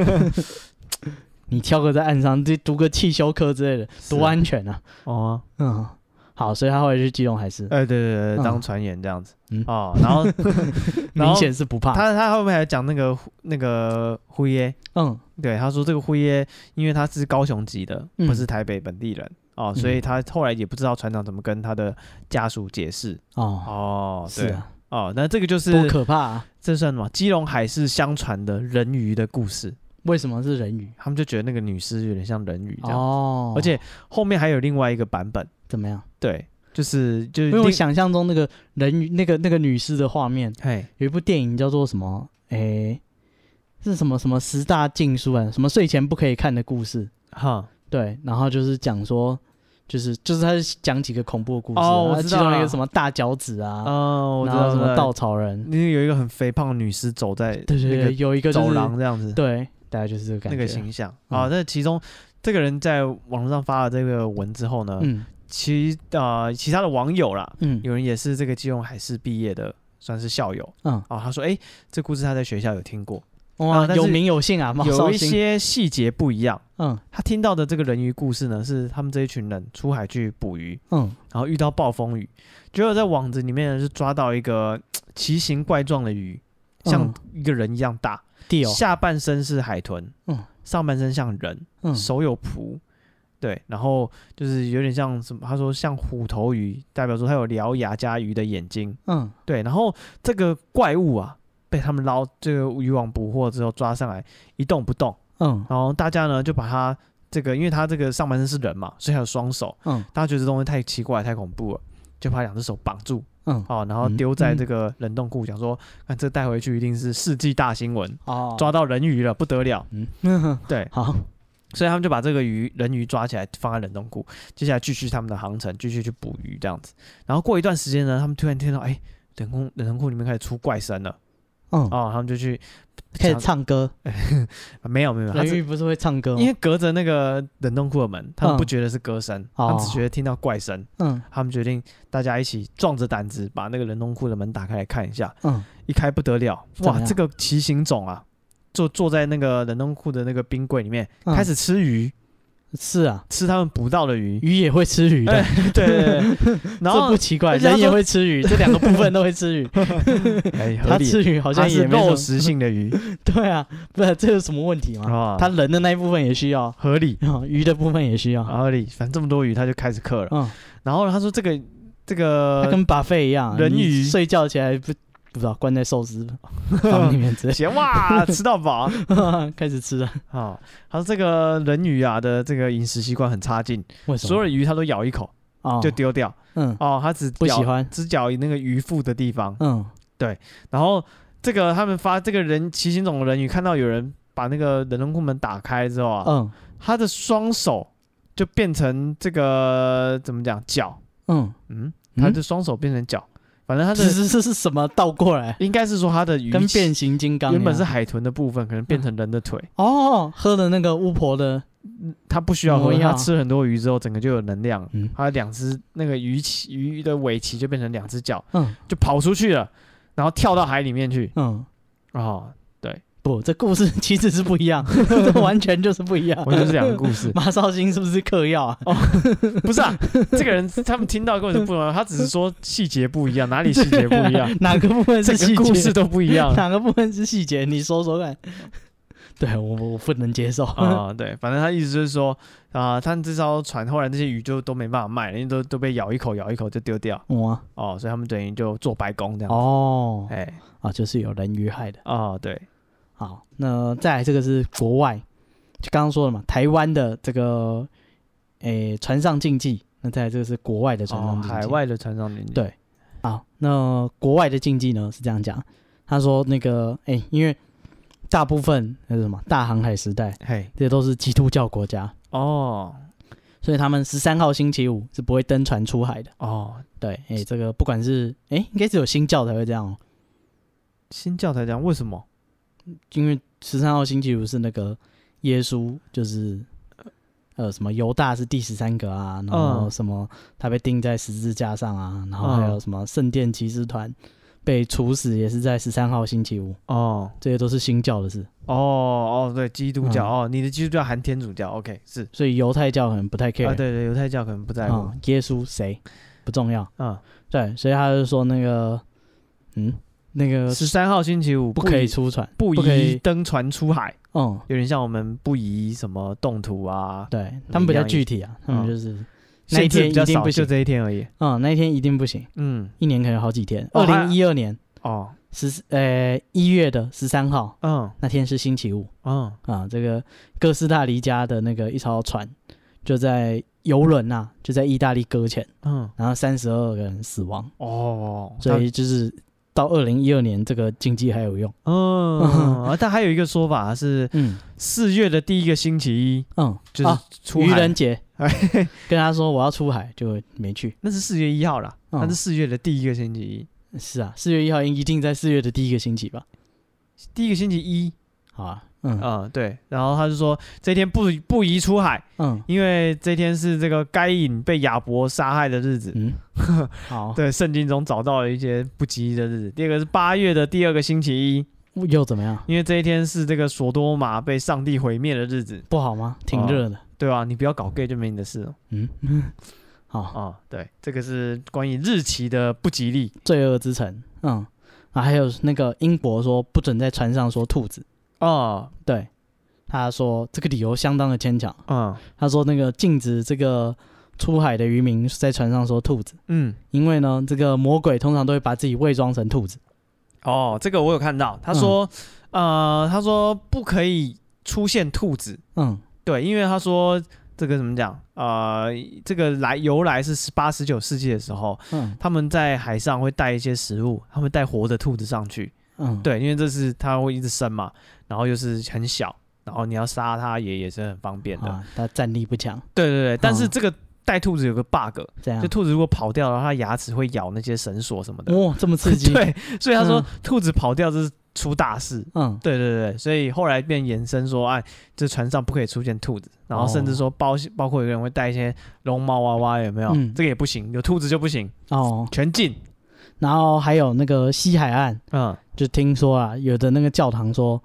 Speaker 1: 你挑个在岸上，就读个汽修科之类的，
Speaker 2: 是啊
Speaker 1: 多安全啊！
Speaker 2: 哦啊，
Speaker 1: 嗯，好，所以他后来去基隆海事，
Speaker 2: 哎，对对对，
Speaker 1: 嗯
Speaker 2: 当船员这样子。
Speaker 1: 嗯
Speaker 2: 哦，然后然后
Speaker 1: 明显是不怕。
Speaker 2: 他 他后面还讲那个那个辉耶。
Speaker 1: 嗯
Speaker 2: 对，他说这个辉耶，因为他是高雄籍的，
Speaker 1: 嗯
Speaker 2: 不是台北本地人、哦，所以他后来也不知道船长怎么跟他的家属解释。
Speaker 1: 哦，
Speaker 2: 哦，
Speaker 1: 是
Speaker 2: 对，
Speaker 1: 啊，
Speaker 2: 哦，那这个就是
Speaker 1: 多可怕啊！
Speaker 2: 这算什么？基隆海事相传的人鱼的故事，
Speaker 1: 为什么是人鱼？
Speaker 2: 他们就觉得那个女尸有点像人鱼这样，
Speaker 1: 哦，
Speaker 2: 而且后面还有另外一个版本，
Speaker 1: 怎么样？
Speaker 2: 对，就是就是
Speaker 1: 因为我
Speaker 2: 另，
Speaker 1: 想象中那个人鱼，那个那个女尸的画面，
Speaker 2: 嘿，
Speaker 1: 有一部电影叫做什么？诶、是什么什么十大禁书啊？什么睡前不可以看的故事？
Speaker 2: 哈，
Speaker 1: 对，然后就是讲说，就是就是他讲几个恐怖的故事，啊
Speaker 2: 哦我
Speaker 1: 他
Speaker 2: 知
Speaker 1: 其
Speaker 2: 道
Speaker 1: 中一个
Speaker 2: 了
Speaker 1: 什么大脚趾啊，
Speaker 2: 哦，我知
Speaker 1: 然后
Speaker 2: 道
Speaker 1: 什么稻
Speaker 2: 到，
Speaker 1: 草人，
Speaker 2: 那个有一个很肥胖的女尸走在
Speaker 1: 对对
Speaker 2: 那
Speaker 1: 对，
Speaker 2: 个
Speaker 1: 有一个、就是、
Speaker 2: 走廊，这样子，
Speaker 1: 对，大概就是这个感
Speaker 2: 那
Speaker 1: 觉。
Speaker 2: 个形象
Speaker 1: 嗯
Speaker 2: 啊。那其中这个人在网络上发了这个文之后呢，
Speaker 1: 嗯
Speaker 2: 其呃其他的网友啦，
Speaker 1: 嗯
Speaker 2: 有人也是这个基隆海事毕业的，算是校友
Speaker 1: 嗯，
Speaker 2: 啊。他说，哎、这故事他在学校有听过，
Speaker 1: 哇，
Speaker 2: 啊但是
Speaker 1: 有名有姓啊，马绍
Speaker 2: 有一
Speaker 1: 兴，
Speaker 2: 些细节不一样。
Speaker 1: 嗯
Speaker 2: 他听到的这个人鱼故事呢，是他们这一群人出海去捕鱼，
Speaker 1: 嗯
Speaker 2: 然后遇到暴风雨，结果在网子里面呢，就抓到一个嘖奇形怪状的鱼，像
Speaker 1: 嗯
Speaker 2: 一个人一样大，
Speaker 1: 地哦，
Speaker 2: 下半身是海豚，
Speaker 1: 嗯
Speaker 2: 上半身像人，
Speaker 1: 嗯
Speaker 2: 手有蹼，对，然后就是有点像什么，他说像虎头鱼，代表说它有獠牙加鱼的眼睛，
Speaker 1: 嗯
Speaker 2: 对，然后这个怪物啊被他们捞这个渔网捕获之后抓上来，一动不动，
Speaker 1: 嗯
Speaker 2: 然后大家呢就把它这个，因为它这个上半身是人嘛，所以还有双手，
Speaker 1: 嗯
Speaker 2: 大家觉得这东西太奇怪太恐怖了，就把两只手绑住，
Speaker 1: 嗯，
Speaker 2: 哦，然后
Speaker 1: 嗯
Speaker 2: 丢在
Speaker 1: 嗯
Speaker 2: 这个冷冻库，想说，看这带回去一定是世纪大新闻，
Speaker 1: 哦，
Speaker 2: 抓到人鱼了，不得了，
Speaker 1: 嗯，
Speaker 2: 对，
Speaker 1: 好，
Speaker 2: 所以他们就把这个鱼人鱼抓起来放在冷冻库，接下来继续他们的航程，继续去捕鱼这样子。然后过一段时间呢，他们突然听到，哎、冷冻冷冻库里面开始出怪声了，
Speaker 1: 嗯，
Speaker 2: 哦，他们就去
Speaker 1: 开始
Speaker 2: 想
Speaker 1: 唱歌，
Speaker 2: 没有没有，他
Speaker 1: 人
Speaker 2: 是
Speaker 1: 鱼不是会唱歌吗
Speaker 2: 因？为隔着那个冷冻库的门，他
Speaker 1: 嗯
Speaker 2: 们不觉得是歌声，他们只觉得听到怪声。
Speaker 1: 嗯
Speaker 2: 他们决定大家一起壮着胆子把那个冷冻库的门打开来看一下。
Speaker 1: 嗯，
Speaker 2: 一开不得了，
Speaker 1: 怎么
Speaker 2: 哇，
Speaker 1: 样
Speaker 2: 这个骑行种啊，就坐在那个冷冻库的那个冰柜里面，
Speaker 1: 嗯
Speaker 2: 开始吃鱼，
Speaker 1: 是啊，
Speaker 2: 吃他们捕到的鱼。
Speaker 1: 鱼也会吃鱼的
Speaker 2: 哎， 对对对， 然
Speaker 1: 这
Speaker 2: 后
Speaker 1: 不奇怪，
Speaker 2: 而且他
Speaker 1: 人也
Speaker 2: 说
Speaker 1: 会吃鱼，这两个部分都会吃 鱼。
Speaker 2: 哎，合
Speaker 1: 他
Speaker 2: 理，
Speaker 1: 吃鱼好
Speaker 2: 它
Speaker 1: 像
Speaker 2: 是
Speaker 1: 也没
Speaker 2: 肉
Speaker 1: 什么，
Speaker 2: 食性的鱼
Speaker 1: 对啊，不是这有什么问题吗？
Speaker 2: 啊，
Speaker 1: 他人的那一部分也需要，
Speaker 2: 合理
Speaker 1: 然后鱼的部分也需要。
Speaker 2: 合理，反正这么多鱼，他就开始克了。
Speaker 1: 嗯，
Speaker 2: 然后他说这个这
Speaker 1: 它
Speaker 2: 个
Speaker 1: 跟把费一样，
Speaker 2: 呃人
Speaker 1: 你
Speaker 2: 鱼
Speaker 1: 睡觉起来不不知道关在寿 司房里面直接
Speaker 2: 行哇，吃 到饱
Speaker 1: 开始吃了，
Speaker 2: 啊。他说这个人鱼啊的这个饮食习惯很差劲，
Speaker 1: 为什么？
Speaker 2: 所有的鱼他都咬一口
Speaker 1: 哦
Speaker 2: 就丢掉
Speaker 1: 嗯
Speaker 2: 哦，他只
Speaker 1: 不
Speaker 2: 咬
Speaker 1: 喜欢
Speaker 2: 只咬那个鱼腹的地方。
Speaker 1: 嗯
Speaker 2: 然后这个他们发这个人骑行种的人鱼看到有人把那个冷冻库门打开之后啊，
Speaker 1: 嗯
Speaker 2: 他的双手就变成这个怎么讲脚，
Speaker 1: 嗯，
Speaker 2: 嗯，
Speaker 1: 嗯
Speaker 2: 他的双手变成脚，反正 他
Speaker 1: 这
Speaker 2: 的
Speaker 1: 是这是什么倒过来？
Speaker 2: 应该是说他的鱼
Speaker 1: 跟
Speaker 2: 鳍
Speaker 1: 变形金刚一样
Speaker 2: 原本是海豚的部分，可能变成人的腿。
Speaker 1: 哦，喝了那个巫婆的，
Speaker 2: 他不需要喝，
Speaker 1: 哦
Speaker 2: 因为他
Speaker 1: 要
Speaker 2: 吃很多鱼之后，整个就有能量了。
Speaker 1: 嗯
Speaker 2: 他两只那个鱼鳍鱼的尾鳍就变成两只脚，
Speaker 1: 嗯
Speaker 2: 就跑出去了，然后跳到海里面去。
Speaker 1: 嗯，
Speaker 2: 哦，
Speaker 1: 不，这故事其实是不一样， 这完全就是不一样。
Speaker 2: 我就是两个故 事。
Speaker 1: 马绍兴是不是嗑药啊？
Speaker 2: 不是啊，这个人他们听到根本就不一样，他只是说细节不一样，哪里细节不一 样，
Speaker 1: 哪个部分
Speaker 2: 整
Speaker 1: 是细
Speaker 2: 个
Speaker 1: 节？
Speaker 2: 故事都不一 样
Speaker 1: 哪个部分是细节？你说说看。 对我我不能接受。
Speaker 2: 啊、对，反正他意思就是说啊、他们这艘船后来这些鱼就都没办法卖了，因为都都被咬一口咬一口就丢掉
Speaker 1: 我啊
Speaker 2: 哦，所以他们等于就做白工这样。
Speaker 1: 哦
Speaker 2: 哎、
Speaker 1: 啊，就是有人鱼害的。
Speaker 2: 哦，对，
Speaker 1: 好，那再来这个是国外，就刚刚说了嘛，台湾的这个诶、船上竞技，那再来这个是国外的船上
Speaker 2: 哦，
Speaker 1: 竞技。
Speaker 2: 海外的船上邻居
Speaker 1: 对好，那国外的竞技呢是这样讲，他说那个哎、因为大部分那是什么大航海时代，
Speaker 2: 嘿，
Speaker 1: 这些都是基督教国家，
Speaker 2: 哦
Speaker 1: 所以他们十三号星期五是不会登船出海的。
Speaker 2: 哦，
Speaker 1: 对，哎、这个不管是哎、应该只有新教才会这样、哦，
Speaker 2: 新教才讲为什么？
Speaker 1: 因为十三号星期五是那个耶稣就是。呃，什么犹大是第十三个啊，然后
Speaker 2: 嗯
Speaker 1: 什么他被钉在十字架上啊，然后还有
Speaker 2: 嗯
Speaker 1: 什么圣殿骑士团被处死也是在十三号星期五，
Speaker 2: 哦
Speaker 1: 这些都是新教的事，
Speaker 2: 哦哦，对，基督教、
Speaker 1: 嗯
Speaker 2: 哦，你的基督教含天主教，OK 是
Speaker 1: 所以犹太教可能不太 care。
Speaker 2: 啊，对对，犹太教可能不在乎，
Speaker 1: 嗯耶稣谁不重要，
Speaker 2: 嗯
Speaker 1: 对，所以他就说那个，嗯，那个
Speaker 2: 十三号星期五
Speaker 1: 不可以
Speaker 2: 宜
Speaker 1: 出船，
Speaker 2: 不
Speaker 1: 不可
Speaker 2: 宜
Speaker 1: 以，
Speaker 2: 登船出海，
Speaker 1: 嗯，
Speaker 2: 有点像我们不宜什么动土啊，
Speaker 1: 对他们比较具体啊，他
Speaker 2: 嗯
Speaker 1: 们就是，那一
Speaker 2: 限制
Speaker 1: 天
Speaker 2: 比较
Speaker 1: 一定
Speaker 2: 少，
Speaker 1: 不
Speaker 2: 就
Speaker 1: 行
Speaker 2: 这一天而已。
Speaker 1: 嗯，那一天一定不行，
Speaker 2: 嗯，
Speaker 1: 一年可能好几天。
Speaker 2: 哦
Speaker 1: 二
Speaker 2: 还
Speaker 1: 零一二年
Speaker 2: 哦，
Speaker 1: 十呃一月的十三号
Speaker 2: 嗯
Speaker 1: 那天是星期五
Speaker 2: 嗯，
Speaker 1: 啊，这个哥斯达黎加的那个一艘船就在游轮呐，就在意大利搁浅，
Speaker 2: 嗯，
Speaker 1: 然后三十二个人死亡。
Speaker 2: 哦，
Speaker 1: 所以就是到二零一二年这个经济还有用。
Speaker 2: 它嗯，啊但还有一个说法是
Speaker 1: 嗯
Speaker 2: 四月的第一个星期一
Speaker 1: 嗯，
Speaker 2: 就
Speaker 1: 啊
Speaker 2: 是出
Speaker 1: 愚
Speaker 2: 海，哎
Speaker 1: 人 节，跟他说我要出海就没去。
Speaker 2: 那是四月一号啦，
Speaker 1: 嗯
Speaker 2: 那是四月的第一个星期一，
Speaker 1: 是啊，四月一号一定在四月的第一个星期吧？
Speaker 2: 第一个星期一，
Speaker 1: 好啊，嗯
Speaker 2: 嗯，对，然后他就说这一天不不宜出海，
Speaker 1: 嗯
Speaker 2: 因为这一天是这个该隐被亚伯杀害的日子。
Speaker 1: 嗯， 好，
Speaker 2: 对，圣经中找到了一些不吉利的日子。第二个是八月的第二个星期一，
Speaker 1: 又怎么样？
Speaker 2: 因为这一天是这个索多玛被上帝毁灭的日子，
Speaker 1: 不好吗？挺热的。
Speaker 2: 对啊吧、你不要搞 gay 就没你的事了哦
Speaker 1: 嗯，好，
Speaker 2: 啊、对，这个是关于日期的不吉利
Speaker 1: 罪恶之城。嗯啊，还有那个英国说不准在船上说兔子。
Speaker 2: 哦，
Speaker 1: 对，他说这个理由相当的牵强。
Speaker 2: 嗯
Speaker 1: 他说那个禁止这个出海的渔民在船上说兔子。
Speaker 2: 嗯，
Speaker 1: 因为呢，这个魔鬼通常都会把自己伪装成兔子。
Speaker 2: 哦，这个我有看到，他说，呃，他说不可以出现兔子，
Speaker 1: 嗯
Speaker 2: 对，因为他说这个怎么讲，呃，这个来由来是十八十九世纪的时候，
Speaker 1: 嗯
Speaker 2: 他们在海上会带一些食物，他们带活的兔子上去，
Speaker 1: 嗯，，
Speaker 2: 对，因为这是它会一直生嘛，然后又是很小，然后你要杀它也也是很方便的。
Speaker 1: 啊，他战力不强，
Speaker 2: 对对对，但是
Speaker 1: 嗯
Speaker 2: 这个带兔子有个 bug，、
Speaker 1: 这样
Speaker 2: 就兔子如果跑掉了，它牙齿会咬那些绳索什么的。
Speaker 1: 哇、这么刺激，
Speaker 2: 对，所以他说、
Speaker 1: 嗯
Speaker 2: 兔子跑掉这是出大事。
Speaker 1: 嗯，
Speaker 2: 对对对，所以后来便延伸说，哎，这船上不可以出现兔子，然后甚
Speaker 1: 哦
Speaker 2: 至说包、包括有人会带一些绒毛娃娃，有没有？
Speaker 1: 嗯
Speaker 2: 这个也不行，有兔子就不行，
Speaker 1: 哦，
Speaker 2: 全禁。
Speaker 1: 然后还有那个西海岸，
Speaker 2: 嗯，
Speaker 1: 就听说啊，有的那个教堂说，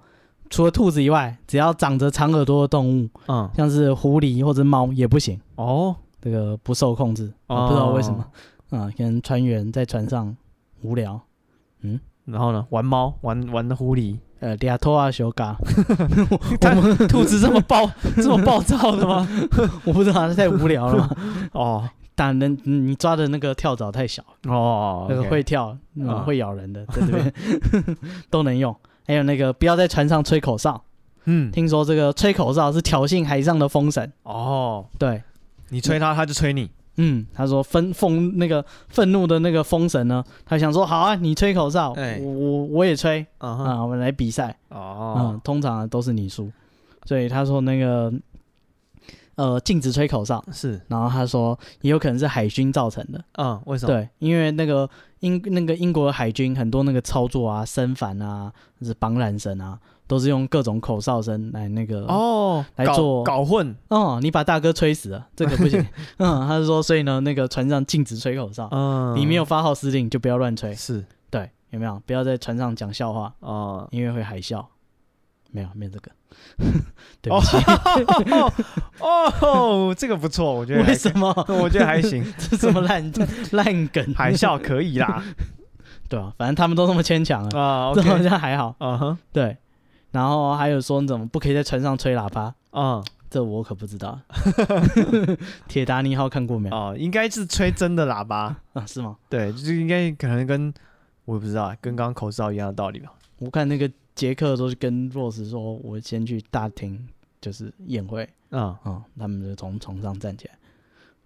Speaker 1: 除了兔子以外，只要长着长耳朵的动物，
Speaker 2: 嗯，
Speaker 1: 像是狐狸或者猫也不行，
Speaker 2: 哦，
Speaker 1: 这个不受控制，啊
Speaker 2: 哦
Speaker 1: 不知道为什么，啊、可能船员在船上无聊，
Speaker 2: 然后呢，玩猫，玩玩 狐狸，
Speaker 1: 呃，俩拖啊修嘎，
Speaker 2: 他们兔子这么暴这么暴躁的吗？
Speaker 1: 我不知道他太无聊了嘛，
Speaker 2: 哦
Speaker 1: 当然嗯你抓的那个跳蚤太小，
Speaker 2: 哦，
Speaker 1: 那个
Speaker 2: OK
Speaker 1: 会跳、嗯
Speaker 2: 啊
Speaker 1: 会咬人的，在这边 都能用。还有那个不要在船上吹口哨，
Speaker 2: 嗯
Speaker 1: 听说这个吹口哨是挑衅海上的风神，
Speaker 2: 哦，
Speaker 1: 对。
Speaker 2: 你吹它，它就吹你。
Speaker 1: 嗯，他说愤愤那个愤怒的那个风神呢，他想说好啊，你吹口哨，
Speaker 2: 哎
Speaker 1: 我我我也吹
Speaker 2: 嗯哼
Speaker 1: 啊、我们来比赛。嗯
Speaker 2: 哦，，
Speaker 1: 通常啊都是你输，所以他说那个呃禁止吹口哨，
Speaker 2: 是，
Speaker 1: 然后他说也有可能是海军造成的，
Speaker 2: 嗯，为什么？
Speaker 1: 对，因为那个英那个英国海军很多那个操作啊，升帆啊，就是绑缆绳啊，都是用各种口哨声来那个
Speaker 2: 哦，
Speaker 1: 来
Speaker 2: 搞
Speaker 1: 做
Speaker 2: 搞混，
Speaker 1: 哦，你把大哥吹死了，这个不行。 嗯，他说所以呢，那个船上禁止吹口哨。
Speaker 2: 嗯，
Speaker 1: 你没有发号施令就不要乱吹。
Speaker 2: 是
Speaker 1: 对，有没有？不要在船上讲笑话，
Speaker 2: 哦，
Speaker 1: 因为会海啸。没有，没有这个。 对
Speaker 2: 哦
Speaker 1: 不起，
Speaker 2: 哦，这个不错，我觉得还
Speaker 1: 为什么？
Speaker 2: 可以？ 我觉得还行，
Speaker 1: 这什么烂 烂梗？
Speaker 2: 海啸可以啦。
Speaker 1: 对啊，反正他们都那么牵强了，
Speaker 2: 啊
Speaker 1: 这好
Speaker 2: ，OK，
Speaker 1: 像还好。
Speaker 2: 嗯哼，
Speaker 1: 对，然后还有说你怎么不可以在船上吹喇叭？
Speaker 2: 嗯，
Speaker 1: 这我可不知 道。铁达尼号看过没有？
Speaker 2: 哦，应该是吹真的喇叭，
Speaker 1: 啊，是吗？
Speaker 2: 对，就是应该可能跟我也不知道，跟刚刚口哨一样的道理吧。
Speaker 1: 我看那个杰克都是跟 Rose 说，我先去大厅，就是宴会，
Speaker 2: 嗯，
Speaker 1: 哦，他们就从床上站起来，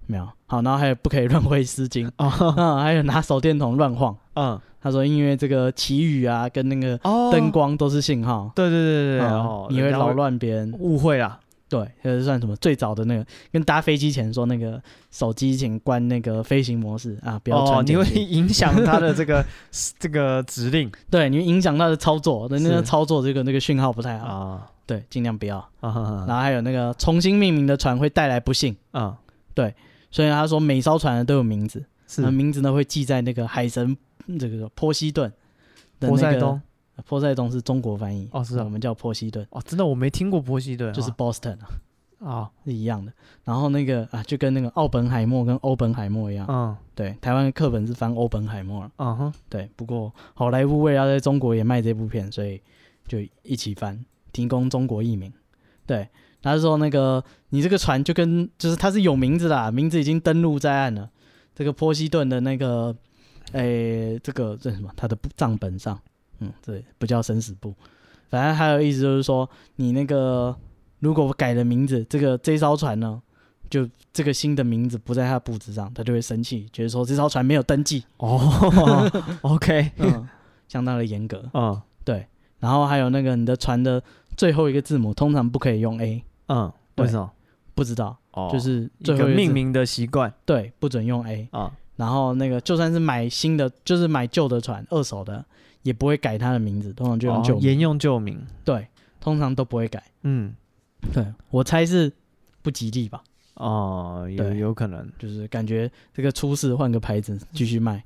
Speaker 1: 没有好，然后还有不可以乱挥丝巾，
Speaker 2: 哦，
Speaker 1: 嗯，还有拿手电筒乱晃。
Speaker 2: 嗯，
Speaker 1: 他说因为这个旗语啊跟那个
Speaker 2: 哦
Speaker 1: 灯，光都是信号，
Speaker 2: 对对对对对，
Speaker 1: 嗯
Speaker 2: 哦，
Speaker 1: 你会
Speaker 2: 人家
Speaker 1: 扰乱别人。
Speaker 2: 误会啦。
Speaker 1: 对，就是算什么最早的那个，跟搭飞机前说那个手机请关那个飞行模式啊，不要
Speaker 2: 哦
Speaker 1: 传，
Speaker 2: 你
Speaker 1: 简
Speaker 2: 会
Speaker 1: 讯
Speaker 2: 影响他的这 个这个指令
Speaker 1: 对，你会影响他的操作，人家的
Speaker 2: 是
Speaker 1: 操作这个那个讯号不太好，
Speaker 2: 啊
Speaker 1: 对，尽量不要。
Speaker 2: 啊
Speaker 1: 然后还有那个重新命名的船会带来不幸，
Speaker 2: 啊！
Speaker 1: 所以他说每艘船都有名字。
Speaker 2: 是
Speaker 1: 那名字呢会记在那个海神嗯这个波西顿的、那个。
Speaker 2: 波塞冬
Speaker 1: 呃，波塞冬是中国翻译
Speaker 2: 哦是啊
Speaker 1: 我们叫波西顿，
Speaker 2: 哦，真的我没听过波西顿啊，
Speaker 1: 就是 Boston 啊，
Speaker 2: 啊，
Speaker 1: 是一样的。然后那个啊，就跟那个奥本海默跟欧本海默一样，
Speaker 2: 嗯
Speaker 1: 对，台湾的课本是翻欧本海默了，啊
Speaker 2: 嗯哼，
Speaker 1: 对。不过好莱坞为了要在中国也卖这部片，所以就一起翻，提供中国译名，对。他说：“那个，你这个船就跟就是它是有名字的啊、名字已经登录在案了。这个波西顿的那个，诶、这个这什么，他的账本上，嗯，对，不叫生死簿。反正还有意思就是说，你那个如果改了名字，这个这艘船呢，就这个新的名字不在他的簿子上，他就会生气，觉得说这艘船没有登记，
Speaker 2: 哦 ，OK，
Speaker 1: 嗯， 相当的严格。
Speaker 2: 嗯
Speaker 1: 然后还有那个你的船的最后一个字母通常不可以用 A，
Speaker 2: 嗯，
Speaker 1: 对
Speaker 2: 为什么？
Speaker 1: 不知道，
Speaker 2: 哦，
Speaker 1: 就是
Speaker 2: 一
Speaker 1: 最后
Speaker 2: 个
Speaker 1: 一个
Speaker 2: 命
Speaker 1: 字
Speaker 2: 名的习惯
Speaker 1: 对，不准用 A。
Speaker 2: 啊，
Speaker 1: 然后那个就算是买新的，就是买旧的船，二手的也不会改它的名字，通常就用
Speaker 2: 哦
Speaker 1: 旧名、
Speaker 2: 沿用旧名，
Speaker 1: 对，通常都不会改。
Speaker 2: 嗯，
Speaker 1: 对我猜是不吉利吧，
Speaker 2: 哦，有
Speaker 1: 对
Speaker 2: 有可能，
Speaker 1: 就是感觉这个出事换个牌子继续卖。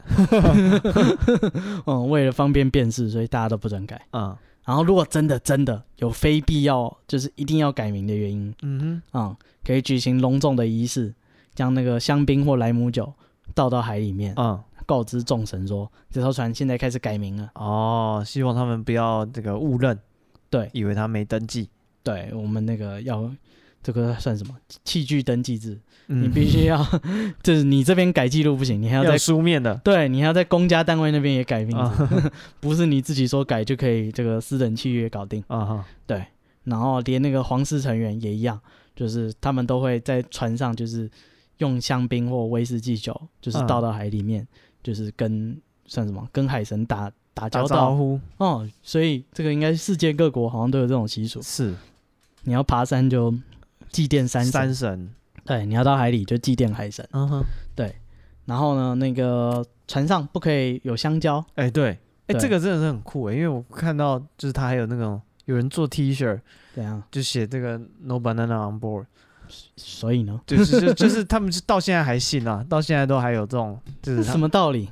Speaker 1: 嗯，为了方便辨识，所以大家都不准改。
Speaker 2: 嗯
Speaker 1: 然后如果真的真的有非必要，就是一定要改名的原因，
Speaker 2: 嗯
Speaker 1: 嗯，可以举行隆重的仪式，将那个香槟或莱姆酒倒到海里面
Speaker 2: 哼，，嗯，
Speaker 1: 告知众神说这艘船现在开始改名了。
Speaker 2: 哦，希望他们不要这个误认，
Speaker 1: 对
Speaker 2: 以为他没登记，
Speaker 1: 对我们那个要这个算什么器具登记制？
Speaker 2: 嗯
Speaker 1: 你必须要， 就是你这边改记录不行，你还要
Speaker 2: 要
Speaker 1: 在
Speaker 2: 书面的，
Speaker 1: 对你还要在公家单位那边也改名字，
Speaker 2: 啊
Speaker 1: 不是你自己说改就可以这个私人契约搞定。
Speaker 2: 啊哈，
Speaker 1: 对，然后连那个皇室成员也一样，就是他们都会在船上就是用香槟或威士忌酒，就是
Speaker 2: 嗯
Speaker 1: 倒到海里面，就是跟算什么跟海神打打
Speaker 2: 打
Speaker 1: 交
Speaker 2: 招
Speaker 1: 道
Speaker 2: 呼
Speaker 1: 哦。所以这个应该世界各国好像都有这种习俗，
Speaker 2: 是
Speaker 1: 你要爬山就祭奠山神，
Speaker 2: 三神，
Speaker 1: 对，你要到海里就祭奠海神。
Speaker 2: 嗯哼，
Speaker 1: 然后呢，那个船上不可以有香蕉，
Speaker 2: 哎对，哎、
Speaker 1: 对
Speaker 2: 这个真的是很酷哎、因为我看到就是他还有那种有人做 T 恤，
Speaker 1: 怎样？
Speaker 2: 就写这个 No banana on board，
Speaker 1: 所以 呢，
Speaker 2: 就是就就是他们就到现在还信啊，到现在都还有这种就是
Speaker 1: 这
Speaker 2: 他
Speaker 1: 什么道理？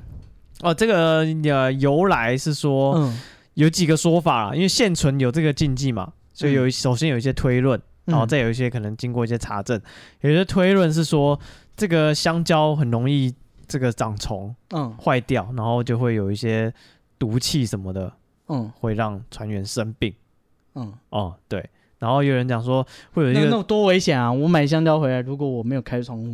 Speaker 2: 哦，这个呃由来是说、
Speaker 1: 嗯，
Speaker 2: 有几个说法啦，因为现存有这个禁忌嘛，所以有一首先有一些推论，然后
Speaker 1: 嗯
Speaker 2: 再有一些可能经过一些查证，有一些推论是说这个香蕉很容易这个长虫
Speaker 1: 嗯
Speaker 2: 坏掉，然后就会有一些毒气什么的，
Speaker 1: 嗯
Speaker 2: 会让船员生病。
Speaker 1: 嗯，
Speaker 2: 哦，对。然后有人讲说会有一
Speaker 1: 那
Speaker 2: 个
Speaker 1: 那多危险啊！我买香蕉回来，如果我没有开窗户，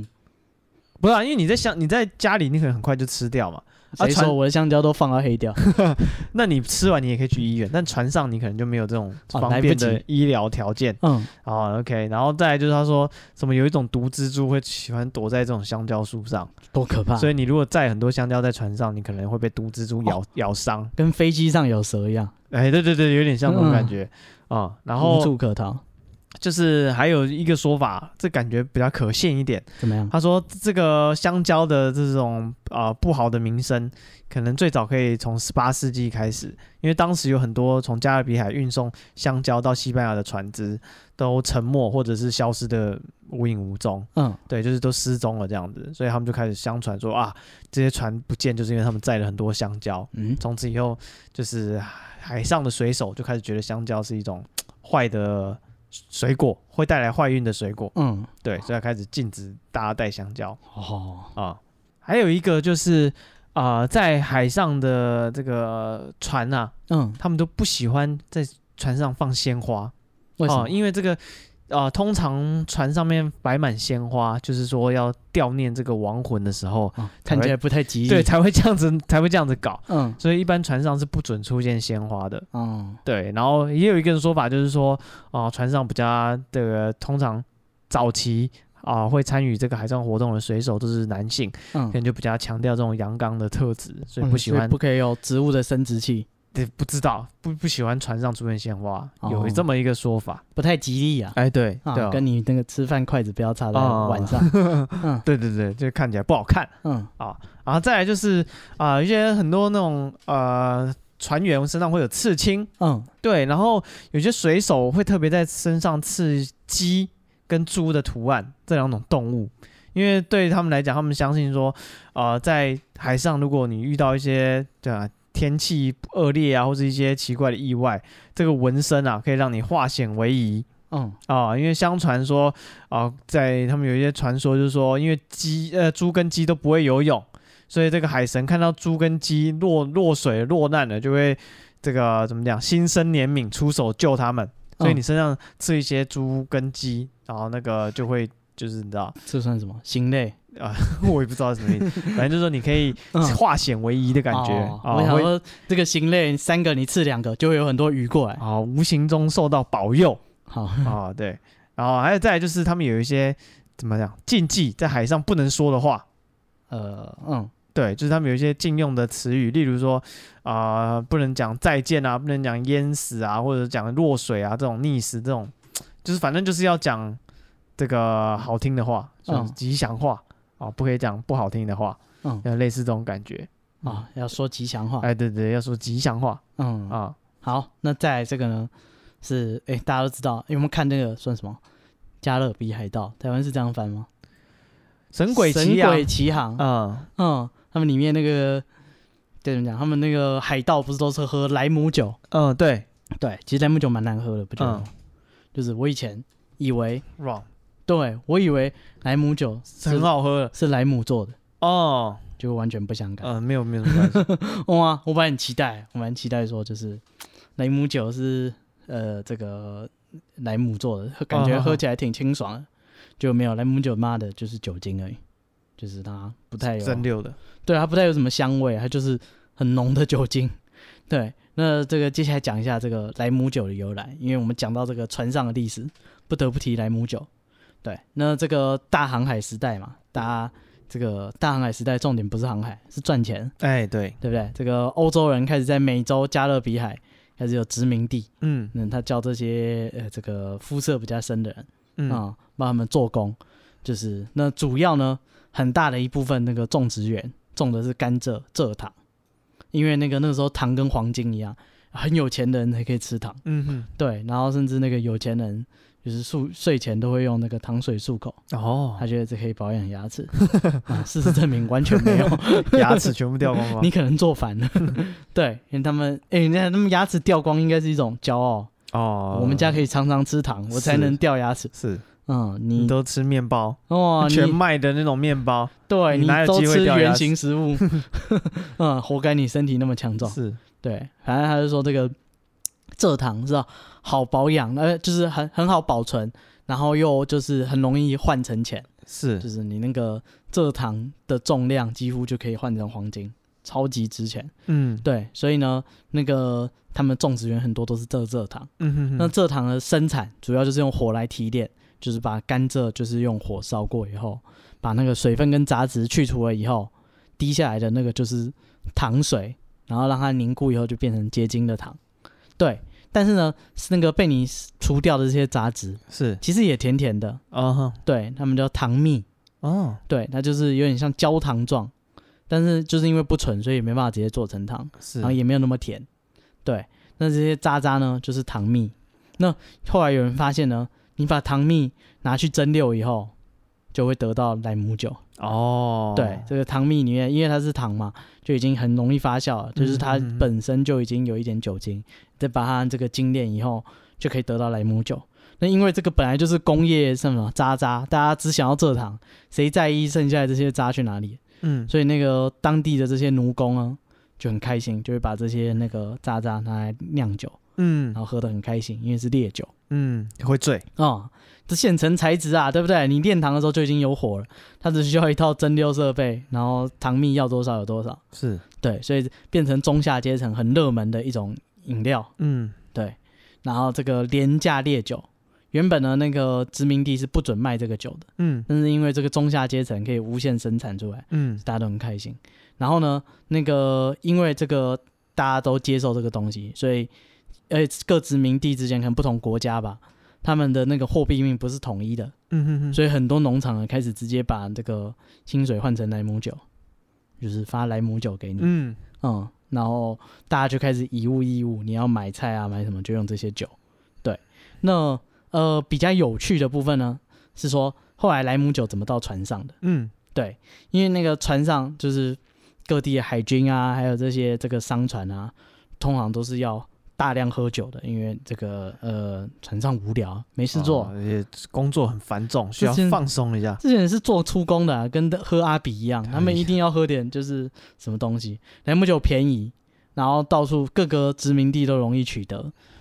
Speaker 2: 不是、啊，因为你在想你在家里，你可能很快就吃掉嘛。啊
Speaker 1: 谁
Speaker 2: 船
Speaker 1: 说我的香蕉都放到黑掉？
Speaker 2: 那你吃完你也可以去医院，但船上你可能就没有这种
Speaker 1: 哦
Speaker 2: 方
Speaker 1: 来
Speaker 2: 便
Speaker 1: 不及
Speaker 2: 的医疗条件。
Speaker 1: 嗯，
Speaker 2: 哦，OK，然后再来就是他说什么有一种毒蜘蛛会喜欢躲在这种香蕉树上，
Speaker 1: 多可怕！
Speaker 2: 所以你如果载很多香蕉在船上，你可能会被毒蜘蛛咬、
Speaker 1: 哦
Speaker 2: 咬伤。
Speaker 1: 跟飞机上有蛇一样，
Speaker 2: 哎，对对对，有点像那
Speaker 1: 嗯
Speaker 2: 种感觉啊、然
Speaker 1: 无
Speaker 2: 后
Speaker 1: 处可逃。
Speaker 2: 就是还有一个说法，这感觉比较可信一点。
Speaker 1: 怎么样？
Speaker 2: 他说这个香蕉的这种啊、呃不好的名声，可能最早可以从十八世纪开始，因为当时有很多从加勒比海运送香蕉到西班牙的船只都沉没或者是消失的无影无踪。
Speaker 1: 嗯，
Speaker 2: 对，就是都失踪了这样子，所以他们就开始相传说啊，这些船不见就是因为他们载了很多香蕉。
Speaker 1: 嗯，
Speaker 2: 从此以后，就是海上的水手就开始觉得香蕉是一种坏的水果，会带来坏运的水果。
Speaker 1: 嗯，
Speaker 2: 对，所以开始禁止大家带香蕉
Speaker 1: 哦，
Speaker 2: 啊。还有一个就是啊、在海上的这个船啊，
Speaker 1: 嗯，
Speaker 2: 他们都不喜欢在船上放鲜花。
Speaker 1: 为什
Speaker 2: 哦，
Speaker 1: 么？
Speaker 2: 因为这个呃，通常船上面摆满鲜花，就是说要悼念这个亡魂的时候，
Speaker 1: 哦看起来不太吉利。
Speaker 2: 对，，才会这样子， 才会这样子搞。
Speaker 1: 嗯，
Speaker 2: 所以一般船上是不准出现鲜花的。
Speaker 1: 哦，
Speaker 2: 对，然后也有一个说法，就是说啊、呃船上比较这个通常早期。啊、会参与这个海上活动的水手都是男性，
Speaker 1: 嗯
Speaker 2: 可，能就比较强调这种阳刚的特质，所以
Speaker 1: 嗯
Speaker 2: 不喜
Speaker 1: 所以
Speaker 2: 欢
Speaker 1: 不可以有植物的生殖器，
Speaker 2: 对，不知道不不喜欢船上出现鲜花，有
Speaker 1: 哦
Speaker 2: 这么一个说法。
Speaker 1: 不太吉利啊。
Speaker 2: 哎，对，对
Speaker 1: 啊，
Speaker 2: 啊，
Speaker 1: 跟你那个吃饭筷子不要插在
Speaker 2: 哦
Speaker 1: 碗上。嗯
Speaker 2: 对对对，就看起来不好看。
Speaker 1: 嗯
Speaker 2: 然后再来就是啊、呃一些很多那种呃船员身上会有刺青，
Speaker 1: 嗯，
Speaker 2: 对，然后有些水手会特别在身上刺鸡跟猪的图案这两种动物，因为对他们来讲，他们相信说，呃，在海上如果你遇到一些对啊。天气恶劣啊，或是一些奇怪的意外，这个纹身啊，可以让你化险为夷，
Speaker 1: 嗯
Speaker 2: 啊、因为相传说啊、在他们有一些传说，就是说，因为鸡呃猪跟鸡都不会游泳，所以这个海神看到猪跟鸡落落水落难了，就会这个怎么讲，心生怜悯，出手救他们。所以
Speaker 1: 嗯
Speaker 2: 你身上刺一些猪跟鸡，然后那个就会就是你知道，
Speaker 1: 这算什么？心累。
Speaker 2: 我也不知道是什么意思，反正就是说你可以
Speaker 1: 嗯
Speaker 2: 化险为夷的感觉
Speaker 1: 哦
Speaker 2: 啊，
Speaker 1: 我想
Speaker 2: 会
Speaker 1: 说，这个心累，三个你刺两个，就会有很多鱼过来。
Speaker 2: 啊无形中受到保佑。
Speaker 1: 好，
Speaker 2: 啊、对，然后还有再来就是他们有一些怎么讲禁忌，在海上不能说的话，
Speaker 1: 呃，嗯
Speaker 2: 对，就是他们有一些禁用的词语，例如说啊、不能讲再见啊，不能讲淹死啊，或者讲落水啊这种溺死这种，就是反正就是要讲这个好听的话，像
Speaker 1: 嗯
Speaker 2: 吉祥话啊、不可以讲不好听的话，
Speaker 1: 嗯
Speaker 2: 呃类似这种感觉。
Speaker 1: 啊，要说吉祥话。
Speaker 2: 哎，对对，要说吉祥话
Speaker 1: 嗯，
Speaker 2: 啊，
Speaker 1: 好，那再来这个呢，是哎、大家都知道，有没有看那个算什么《加勒比海盗》？台湾是这样翻吗？
Speaker 2: 神鬼奇
Speaker 1: 神
Speaker 2: 啊，
Speaker 1: 鬼奇航。
Speaker 2: 嗯，
Speaker 1: 嗯，他们里面那个对怎么讲？他们那个海盗不是都是喝莱姆酒？
Speaker 2: 嗯，对
Speaker 1: 对，其实莱姆酒蛮难喝的，不觉得吗？
Speaker 2: 嗯
Speaker 1: 就是我以前以为，
Speaker 2: ，wrong，
Speaker 1: 对我以为莱姆酒
Speaker 2: 很
Speaker 1: 是
Speaker 2: 好喝了
Speaker 1: 是莱姆做的，
Speaker 2: 哦，
Speaker 1: 结果完全不相干。
Speaker 2: 嗯，没有没有什么关系。
Speaker 1: 哇、我本来很期待，我蛮期待说就是莱姆酒是呃这个莱姆做的，感觉
Speaker 2: 哦
Speaker 1: 喝起来挺清爽的，就没有莱姆酒妈的就是酒精而已，就是它不太有
Speaker 2: 蒸馏的，
Speaker 1: 对，它不太有什么香味，它就是很浓的酒精。 对，那这个接下来讲一下这个莱姆酒的由来，因为我们讲到这个船上的历史，不得不提莱姆酒。对，那这个大航海时代嘛，大家这个大航海时代重点不是航海，是赚钱，
Speaker 2: 哎，对，
Speaker 1: 对不对？这个欧洲人开始在美洲加勒比海开始有殖民地，
Speaker 2: 嗯
Speaker 1: 那他叫这些呃这个肤色比较深的人。
Speaker 2: 嗯，
Speaker 1: 啊、帮他们做工，就是那主要呢，很大的一部分那个种植园种的是甘蔗、蔗糖，因为那个那个时候糖跟黄金一样，很有钱的人才可以吃糖。
Speaker 2: 嗯哼，
Speaker 1: 对，然后甚至那个有钱人就是漱睡前都会用那个糖水漱口，
Speaker 2: 哦
Speaker 1: 他，觉得这可以保养牙齿。啊事实证明完全没有，
Speaker 2: 牙齿全部掉光光
Speaker 1: 你。可能做反 了。对，因为他们哎，人、家他们牙齿掉光应该是一种骄傲。
Speaker 2: 哦，
Speaker 1: 我们家可以常常吃糖，我才
Speaker 2: 是
Speaker 1: 能掉牙齿。
Speaker 2: 是
Speaker 1: 嗯，
Speaker 2: 你
Speaker 1: 你
Speaker 2: 都吃面包，
Speaker 1: 哦，
Speaker 2: 全
Speaker 1: 你
Speaker 2: 麦的那种面包，
Speaker 1: 对
Speaker 2: 你
Speaker 1: 你
Speaker 2: 哪有
Speaker 1: 都
Speaker 2: 机会
Speaker 1: 吃
Speaker 2: 掉牙
Speaker 1: 原
Speaker 2: 齿
Speaker 1: 形食 物，嗯，活该你身体那么强壮。
Speaker 2: 是
Speaker 1: 对，反正他就说这个蔗糖是吧，好保养，呃，就是很很好保存，然后又就是很容易换成钱，就是是你那个蔗糖的重量几乎就可以换成黄金，超级值钱。
Speaker 2: 嗯
Speaker 1: 对，所以呢，那个他们种植园很多都是蔗蔗糖，
Speaker 2: 嗯哼
Speaker 1: 那
Speaker 2: 哼，
Speaker 1: 蔗糖的生产主要就是用火来提炼，就是把甘蔗就是用火烧过以后，把那个水分跟杂质去除了以后，滴下来的那个就是糖水，然后让它凝固以后就变成结晶的糖。对，但是呢，是那个被你除掉的这些杂质，
Speaker 2: 是
Speaker 1: 其实也甜甜的，
Speaker 2: 哦哼
Speaker 1: 对他们叫糖蜜，
Speaker 2: 哦
Speaker 1: 对，它就是有点像焦糖状，但是就是因为不纯，所以没办法直接做成糖。
Speaker 2: 是
Speaker 1: 啊然后也没有那么甜。对，那这些渣渣呢，就是糖蜜。那后来有人发现呢，你把糖蜜拿去蒸馏以后，就会得到莱姆酒。
Speaker 2: 哦
Speaker 1: 对，这个糖蜜里面，因为它是糖嘛，就已经很容易发酵了，就是它
Speaker 2: 嗯嗯嗯
Speaker 1: 本身就已经有一点酒精，再把它这个精炼以后，就可以得到莱姆酒。那因为这个本来就是工业什么渣渣，大家只想要蔗糖，谁在意剩下的这些渣去哪里？
Speaker 2: 嗯
Speaker 1: 所以那个当地的这些奴工啊，就很开心，就会把这些那个渣渣拿来酿酒，然
Speaker 2: 嗯
Speaker 1: 后喝得很开心，因为是烈酒
Speaker 2: 嗯会醉
Speaker 1: 啊、哦这现成材质啊，对不对？你炼糖的时候就已经有火了，它只需要一套蒸馏设备，然后糖蜜要多少有多少，
Speaker 2: 是
Speaker 1: 对，所以变成中下阶层很热门的一种饮料，
Speaker 2: 嗯
Speaker 1: 对。然后这个廉价烈酒，原本呢那个殖民地是不准卖这个酒的，
Speaker 2: 嗯
Speaker 1: 但是因为这个中下阶层可以无限生产出来。
Speaker 2: 嗯
Speaker 1: 大家都很开心。然后呢，那个因为这个大家都接受这个东西，所以呃各殖民地之间可能不同国家吧，他们的那个货币命不是统一的，
Speaker 2: 嗯哼哼，
Speaker 1: 所以很多农场呢开始直接把这个薪水换成莱姆酒，就是发莱姆酒给你，嗯
Speaker 2: 嗯
Speaker 1: 然后大家就开始以物易物，你要买菜啊买什么就用这些酒。对，那呃比较有趣的部分呢是说后来莱姆酒怎么到船上的。
Speaker 2: 嗯
Speaker 1: 对，因为那个船上就是各地的海军啊，还有这些这个商船啊，通常都是要大量喝酒的，因为这个呃船上无聊没事做。
Speaker 2: 哦而且工作很繁重，需要
Speaker 1: 之前
Speaker 2: 放松一下
Speaker 1: 这些人是做出工的、啊，跟喝阿比一样，他们一定要喝点就是什么东西，莱姆酒便宜，然后到处各个殖民地都容易取得，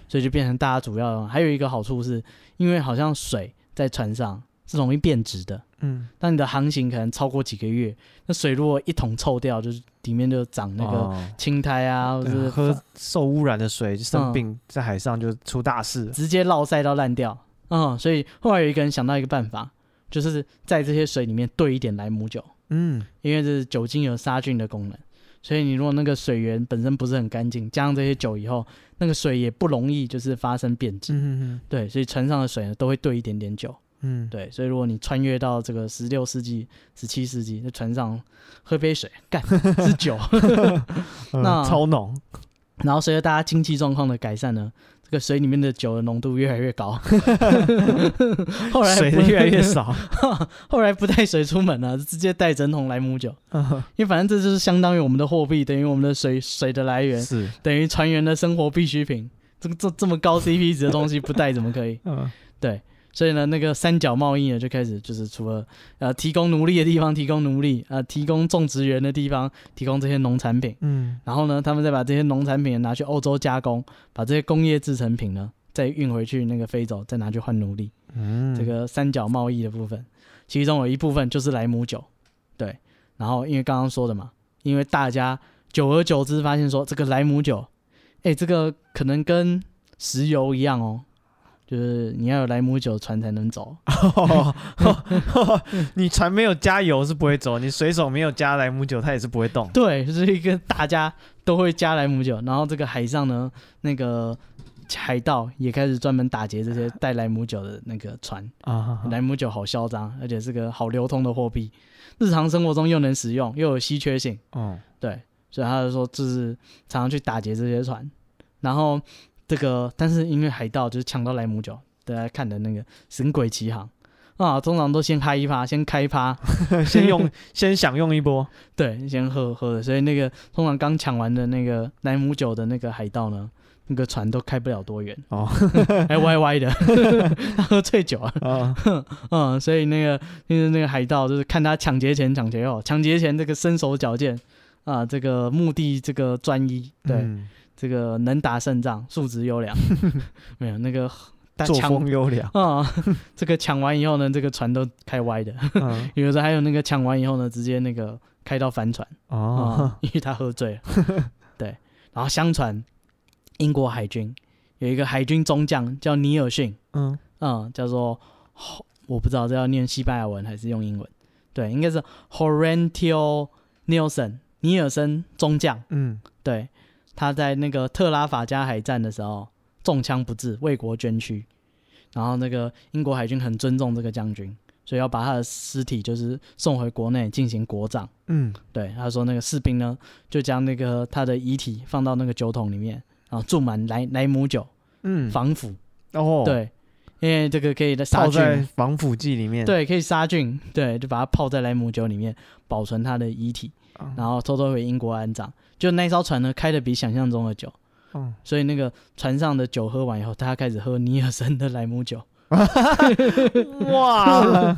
Speaker 1: 所以就变成大家主要的。还有一个好处是，因为好像水在船上是容易变质的，
Speaker 2: 嗯
Speaker 1: 当你的航行可能超过几个月，那水如果一桶臭掉，就是里面就长那个
Speaker 2: 哦
Speaker 1: 青苔啊，或者
Speaker 2: 对
Speaker 1: 是
Speaker 2: 啊喝受污染的水生
Speaker 1: 嗯
Speaker 2: 病，在海上就出大事了。
Speaker 1: 直接落晒到烂掉。嗯，所以后来有一个人想到一个办法，就是在这些水里面兑一点莱姆酒，
Speaker 2: 嗯
Speaker 1: 因为这是酒精有杀菌的功能，所以你如果那个水源本身不是很干净，加上这些酒以后，那个水也不容易就是发生变质。
Speaker 2: 嗯哼哼
Speaker 1: 对，所以船上的水呢都会兑一点点酒。
Speaker 2: 嗯，
Speaker 1: 对，所以如果你穿越到这个十六世纪、十七世纪，在船上喝杯水， 干是酒。
Speaker 2: 嗯
Speaker 1: 那
Speaker 2: 超浓，
Speaker 1: 然后随着大家经济状况的改善呢，这个水里面的酒的浓度越来越 高，后来
Speaker 2: 水
Speaker 1: 不
Speaker 2: 的越来越，少。
Speaker 1: 后来不带水出门了、直接带整桶莱姆酒，
Speaker 2: 嗯
Speaker 1: 因为反正这就是相当于我们的货币，等于我们的水水的来源，
Speaker 2: 是，
Speaker 1: 等于船员的生活必需品。这个这这么高 CP 值的东西不带怎么可以？
Speaker 2: 嗯
Speaker 1: 所以呢，那个三角贸易呢就开始就是除了呃提供奴隶的地方提供奴隶，呃提供种植园的地方提供这些农产品，
Speaker 2: 嗯
Speaker 1: 然后呢，他们再把这些农产品拿去欧洲加工，把这些工业制成品呢再运回去那个非洲，再拿去换奴隶。
Speaker 2: 嗯，
Speaker 1: 这个三角贸易的部分，其中有一部分就是莱姆酒，对。然后因为刚刚说的嘛，因为大家久而久之发现说这个莱姆酒，哎，这个可能跟石油一样哦，就是你要有莱姆酒船才能走。
Speaker 2: 你船没有加油是不会走，你水手没有加莱姆酒，它也是不会动。
Speaker 1: 对，就是一个大家都会加莱姆酒，然后这个海上呢，那个海盗也开始专门打劫这些带莱姆酒的那个船。
Speaker 2: 啊
Speaker 1: 莱姆酒好嚣张，而且是个好流通的货币，日常生活中又能使用，又有稀缺性。
Speaker 2: 嗯，
Speaker 1: 对，所以他就说就是常常去打劫这些船，然后这个但是因为海盗就是抢到莱姆酒，大家看的那个《神鬼奇航》啊，通常都先嗨一趴，先开一趴，
Speaker 2: 先用 先享用一波，
Speaker 1: 对，先喝喝的，所以那个通常刚抢完的那个莱姆酒的那个海盗呢，那个船都开不了多远
Speaker 2: 哦，
Speaker 1: 还歪歪的， 他喝醉酒啊，
Speaker 2: 啊，
Speaker 1: 嗯，所以那个就是那个海盗，就是看他抢劫前、抢劫后，抢劫前这个身手矫健啊，这个目的这个专一，对，
Speaker 2: 嗯
Speaker 1: 这个能打胜仗，素质优良， 没有那个他
Speaker 2: 作
Speaker 1: 抢，
Speaker 2: 风优良
Speaker 1: 啊、这个抢完以后呢，这个船都开歪的，
Speaker 2: 嗯
Speaker 1: 有的还有那个抢完以后呢，直接那个开到帆船。
Speaker 2: 哦
Speaker 1: 啊，，因为他喝醉了。 对，然后相传英国海军有一个海军中将叫尼尔逊，
Speaker 2: 嗯
Speaker 1: 嗯，叫做我不知道这要念西班牙文还是用英文，对，应该是 Horentio Nielsen 尼尔森中将。
Speaker 2: 嗯，
Speaker 1: 对，他在那个特拉法加海战的时候中枪不治，为国捐躯。然后那个英国海军很尊重这个将军，所以要把他的尸体就是送回国内进行国葬。
Speaker 2: 嗯，
Speaker 1: 对，他说那个士兵呢，就将那个他的遗体放到那个酒桶里面，然后注满莱莱姆酒
Speaker 2: 嗯，
Speaker 1: 防腐，
Speaker 2: 哦，，
Speaker 1: 对，因为这个可以的杀
Speaker 2: 泡在
Speaker 1: 菌，
Speaker 2: 防腐剂里面，，
Speaker 1: 对，可以杀菌，对，就把它泡在莱姆酒里面，保存他的遗体，
Speaker 2: 啊
Speaker 1: 然后偷偷回英国安葬。就那艘船呢，开的比想象中的久，
Speaker 2: 嗯，
Speaker 1: 所以那个船上的酒喝完以后，他开始喝尼尔森的莱姆酒，
Speaker 2: 哇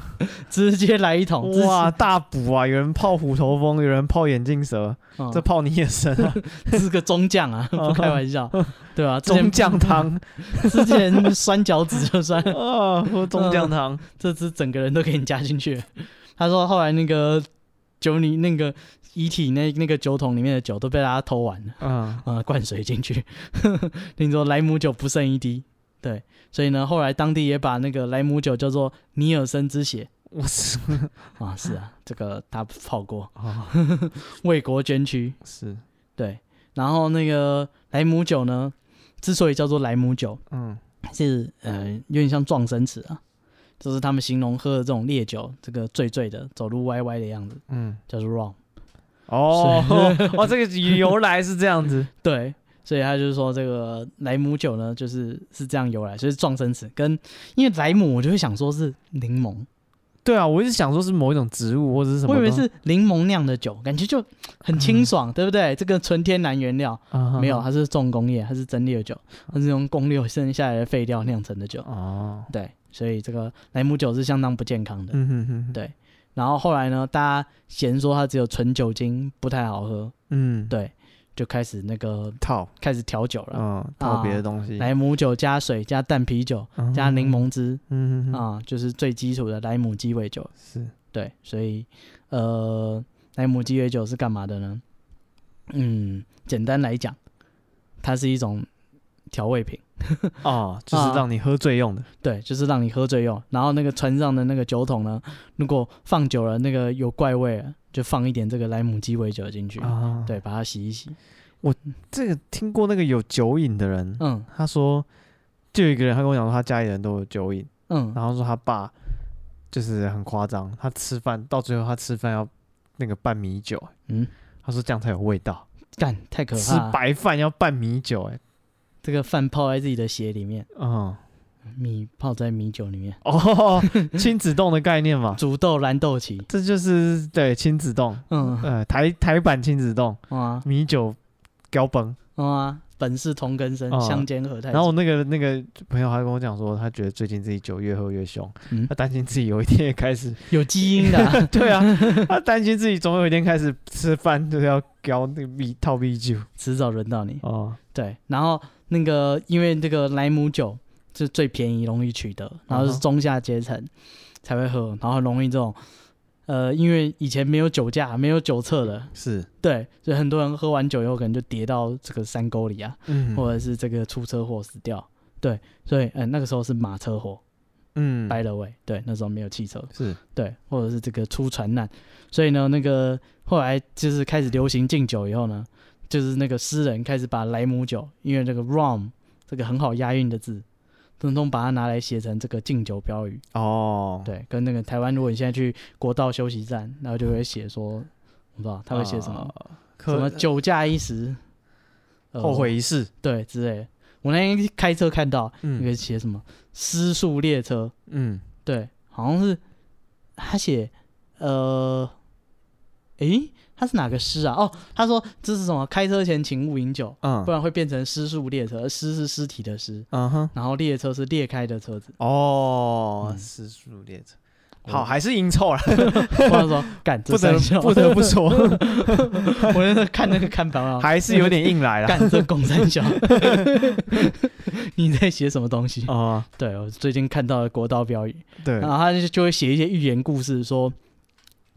Speaker 1: 直接来一桶，直接
Speaker 2: 哇，，大补啊！有人泡虎头蜂，有人泡眼镜蛇，
Speaker 1: 嗯
Speaker 2: 这泡你也深啊！
Speaker 1: 这是个中将 啊，不开玩笑，对吧、之前
Speaker 2: 中酱汤
Speaker 1: 之前酸脚趾就酸，
Speaker 2: 啊，喝中酱汤，
Speaker 1: 这只整个人都给你加进去。 他说后来那个酒里那个遗体那那个酒桶里面的酒都被大家偷完了，
Speaker 2: 嗯
Speaker 1: 啊、灌水进去。 听说莱姆酒不剩一滴，对，所以呢，后来当地也把那个莱姆酒叫做尼尔森之血
Speaker 2: 我是
Speaker 1: 啊，是啊，这个他泡过，
Speaker 2: 啊
Speaker 1: 为国捐躯，
Speaker 2: 是
Speaker 1: 对。然后那个莱姆酒呢，之所以叫做莱姆酒，
Speaker 2: 嗯
Speaker 1: 是呃有点像撞生词啊，就是他们形容喝的这种烈酒，这个醉醉的、走路歪歪的样子，
Speaker 2: 嗯
Speaker 1: 叫做 rum。
Speaker 2: 哦哦，这个由来是这样子，
Speaker 1: 对，所以他就是说这个莱姆酒呢，就是是这样由来，所以是撞生词。跟因为莱姆，我就会想说是柠檬，
Speaker 2: 对啊，我一直想说是某一种植物或者是什么
Speaker 1: 我以为
Speaker 2: 东西，嗯
Speaker 1: 是柠檬酿的酒，感觉就很清爽，对不对？这个纯天然原料
Speaker 2: 啊
Speaker 1: 没有，它是重工业，它是真烈酒，它是用公六 剩下来的废料酿成的酒。
Speaker 2: 哦，
Speaker 1: 对，所以这个莱姆酒是相当不健康的。
Speaker 2: 嗯哼哼，
Speaker 1: 对然后后来呢，大家嫌说它只有纯酒精不太好喝，
Speaker 2: 嗯
Speaker 1: 对，就开始那个
Speaker 2: 套
Speaker 1: 开始调酒了，
Speaker 2: 嗯套别的东西，
Speaker 1: 莱姆酒加水加淡啤酒
Speaker 2: 嗯
Speaker 1: 加柠，檬汁
Speaker 2: 嗯哼哼，
Speaker 1: 啊、就是最基础的莱姆鸡尾酒。
Speaker 2: 是
Speaker 1: 对，所以呃，莱姆鸡尾酒是干嘛的呢？嗯，简单来讲，它是一种调味品，
Speaker 2: 哦，就是让你喝醉用的，
Speaker 1: 对，就是让你喝醉用。然后那个船上的那个酒桶呢，如果放久了那个有怪味了，就放一点这个莱姆鸡尾酒进去。
Speaker 2: 啊，
Speaker 1: 对，把它洗一洗。
Speaker 2: 这个听过那个有酒瘾的人，
Speaker 1: 嗯
Speaker 2: 他说就有一个人，他跟我讲说他家里人都有酒瘾，
Speaker 1: 嗯，
Speaker 2: 然后说他爸就是很夸张，他吃饭到最后他吃饭要那个拌米酒，
Speaker 1: 嗯，
Speaker 2: 他说这样才有味道，
Speaker 1: 干太可
Speaker 2: 吃
Speaker 1: 怕了！
Speaker 2: 白饭要拌米酒、哎，
Speaker 1: 这个饭泡在自己的血里面，
Speaker 2: 嗯，
Speaker 1: 米泡在米酒里面，
Speaker 2: 哦，亲子冻的概念嘛，
Speaker 1: 煮豆燃豆萁。
Speaker 2: 这就是对亲子冻，
Speaker 1: 嗯
Speaker 2: 呃，台台版亲子冻，
Speaker 1: 嗯啊
Speaker 2: 米酒标崩。
Speaker 1: 嗯啊，本是同根生，
Speaker 2: 哦
Speaker 1: 相煎何太急。
Speaker 2: 然后我那个那个朋友还跟我讲说，他觉得最近自己酒越喝越凶，
Speaker 1: 嗯
Speaker 2: 他担心自己有一天也开始
Speaker 1: 有基因的 啊
Speaker 2: 对啊，他担心自己总有一天开始吃饭就是要搞那个米套米酒
Speaker 1: 迟早轮到你。
Speaker 2: 哦，
Speaker 1: 对，然后那个因为这个莱姆酒是最便宜、容易取得，然后
Speaker 2: 嗯
Speaker 1: 是
Speaker 2: 哼
Speaker 1: 中下阶层才会喝，然后很容易这种。呃，因为以前没有酒驾，没有酒测的，
Speaker 2: 是，
Speaker 1: 对，所以很多人喝完酒以后可能就跌到这个山沟里啊，
Speaker 2: 嗯
Speaker 1: 或者是这个出车祸死掉。对，所以嗯、呃那个时候是马车祸、
Speaker 2: 嗯
Speaker 1: b y the way，对，那时候没有汽车，
Speaker 2: 是，
Speaker 1: 对，或者是这个出船难。所以呢，那个后来就是开始流行敬酒以后呢，就是那个诗人开始把莱姆酒，因为这个 rum 这个很好押韵的字，通通把它拿来写成这个敬酒标语。
Speaker 2: 哦，
Speaker 1: 对，跟那个台湾，如果你现在去国道休息站，然后就会写说，我不知道他会写什么，
Speaker 2: 呃可
Speaker 1: 什么酒驾一时，呃
Speaker 2: 后悔一世，
Speaker 1: 对之类的。我那天开车看到有
Speaker 2: 嗯
Speaker 1: 个写什么失速列车，
Speaker 2: 嗯，
Speaker 1: 对，好像是他写呃，诶，他是哪个诗啊？哦，他说这是什么？开车前请勿饮酒，
Speaker 2: 嗯
Speaker 1: 不然会变成失速列车。失是尸体的尸，
Speaker 2: 嗯哼，
Speaker 1: 然后列车是裂开的 车子。
Speaker 2: 哦，
Speaker 1: 嗯
Speaker 2: 失速列车，
Speaker 1: 我
Speaker 2: 好，还是赢臭了，
Speaker 1: 或者说干这
Speaker 2: 不得
Speaker 1: 三小
Speaker 2: 不 得不说，
Speaker 1: 我那时候看那个看板啊，
Speaker 2: 还是有点硬来了。
Speaker 1: 干这拱三小，你在写什么东西？
Speaker 2: 哦，
Speaker 1: 对我最近看到的国道标语，
Speaker 2: 对
Speaker 1: 然，后他就就会写一些寓言故事说。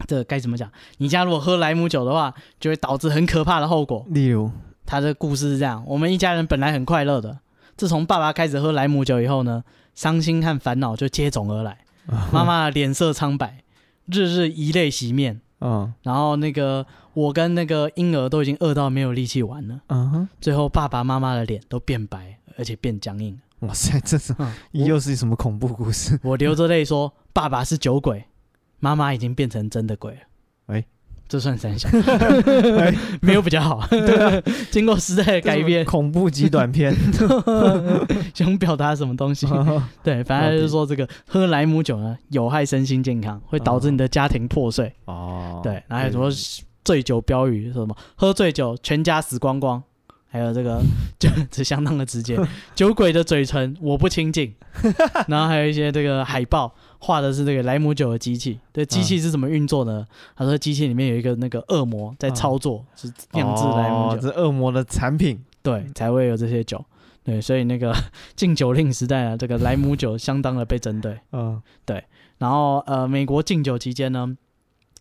Speaker 1: 这该怎么讲？你家如果喝莱姆酒的话，就会导致很可怕的后果。
Speaker 2: 例如，
Speaker 1: 他的故事是这样：我们一家人本来很快乐的，自从爸爸开始喝莱姆酒以后呢，伤心和烦恼就接踵而来。妈妈脸色苍白，日日以泪洗面。
Speaker 2: 嗯
Speaker 1: 然后那个我跟那个婴儿都已经饿到没有力气玩了，
Speaker 2: 嗯哼，
Speaker 1: 最后爸爸妈妈的脸都变白，而且变僵硬。
Speaker 2: 哇塞，这是
Speaker 1: 嗯
Speaker 2: 又是什么恐怖故事？
Speaker 1: 我流着泪说：“爸爸是酒鬼，妈妈已经变成真的鬼了。”
Speaker 2: 喂，
Speaker 1: 这算三小，没有比较好。经过时代的改变，
Speaker 2: 恐怖级短 片，
Speaker 1: 想表达什么东西？
Speaker 2: 啊
Speaker 1: 对，反正就是说这个喝莱姆酒呢，有害身心健康，会导致你的家庭破碎。
Speaker 2: 哦，
Speaker 1: 对，然后还有什么醉酒标语，说什么喝醉酒全家死光光，还有这个 就这相当的直接，酒鬼的嘴唇我不亲近，然后还有一些这个海报画的是这个莱姆酒的机器，这机器是怎么运作呢？他说机器里面有一个那个恶魔在操作，是酿制莱姆
Speaker 2: 哦
Speaker 1: 酒，
Speaker 2: 这恶魔的产品，
Speaker 1: 对，才会有这些酒。对，所以那个禁酒令时代啊，这个莱姆酒相当的被针对。
Speaker 2: 嗯
Speaker 1: 然后呃，美国禁酒期间呢，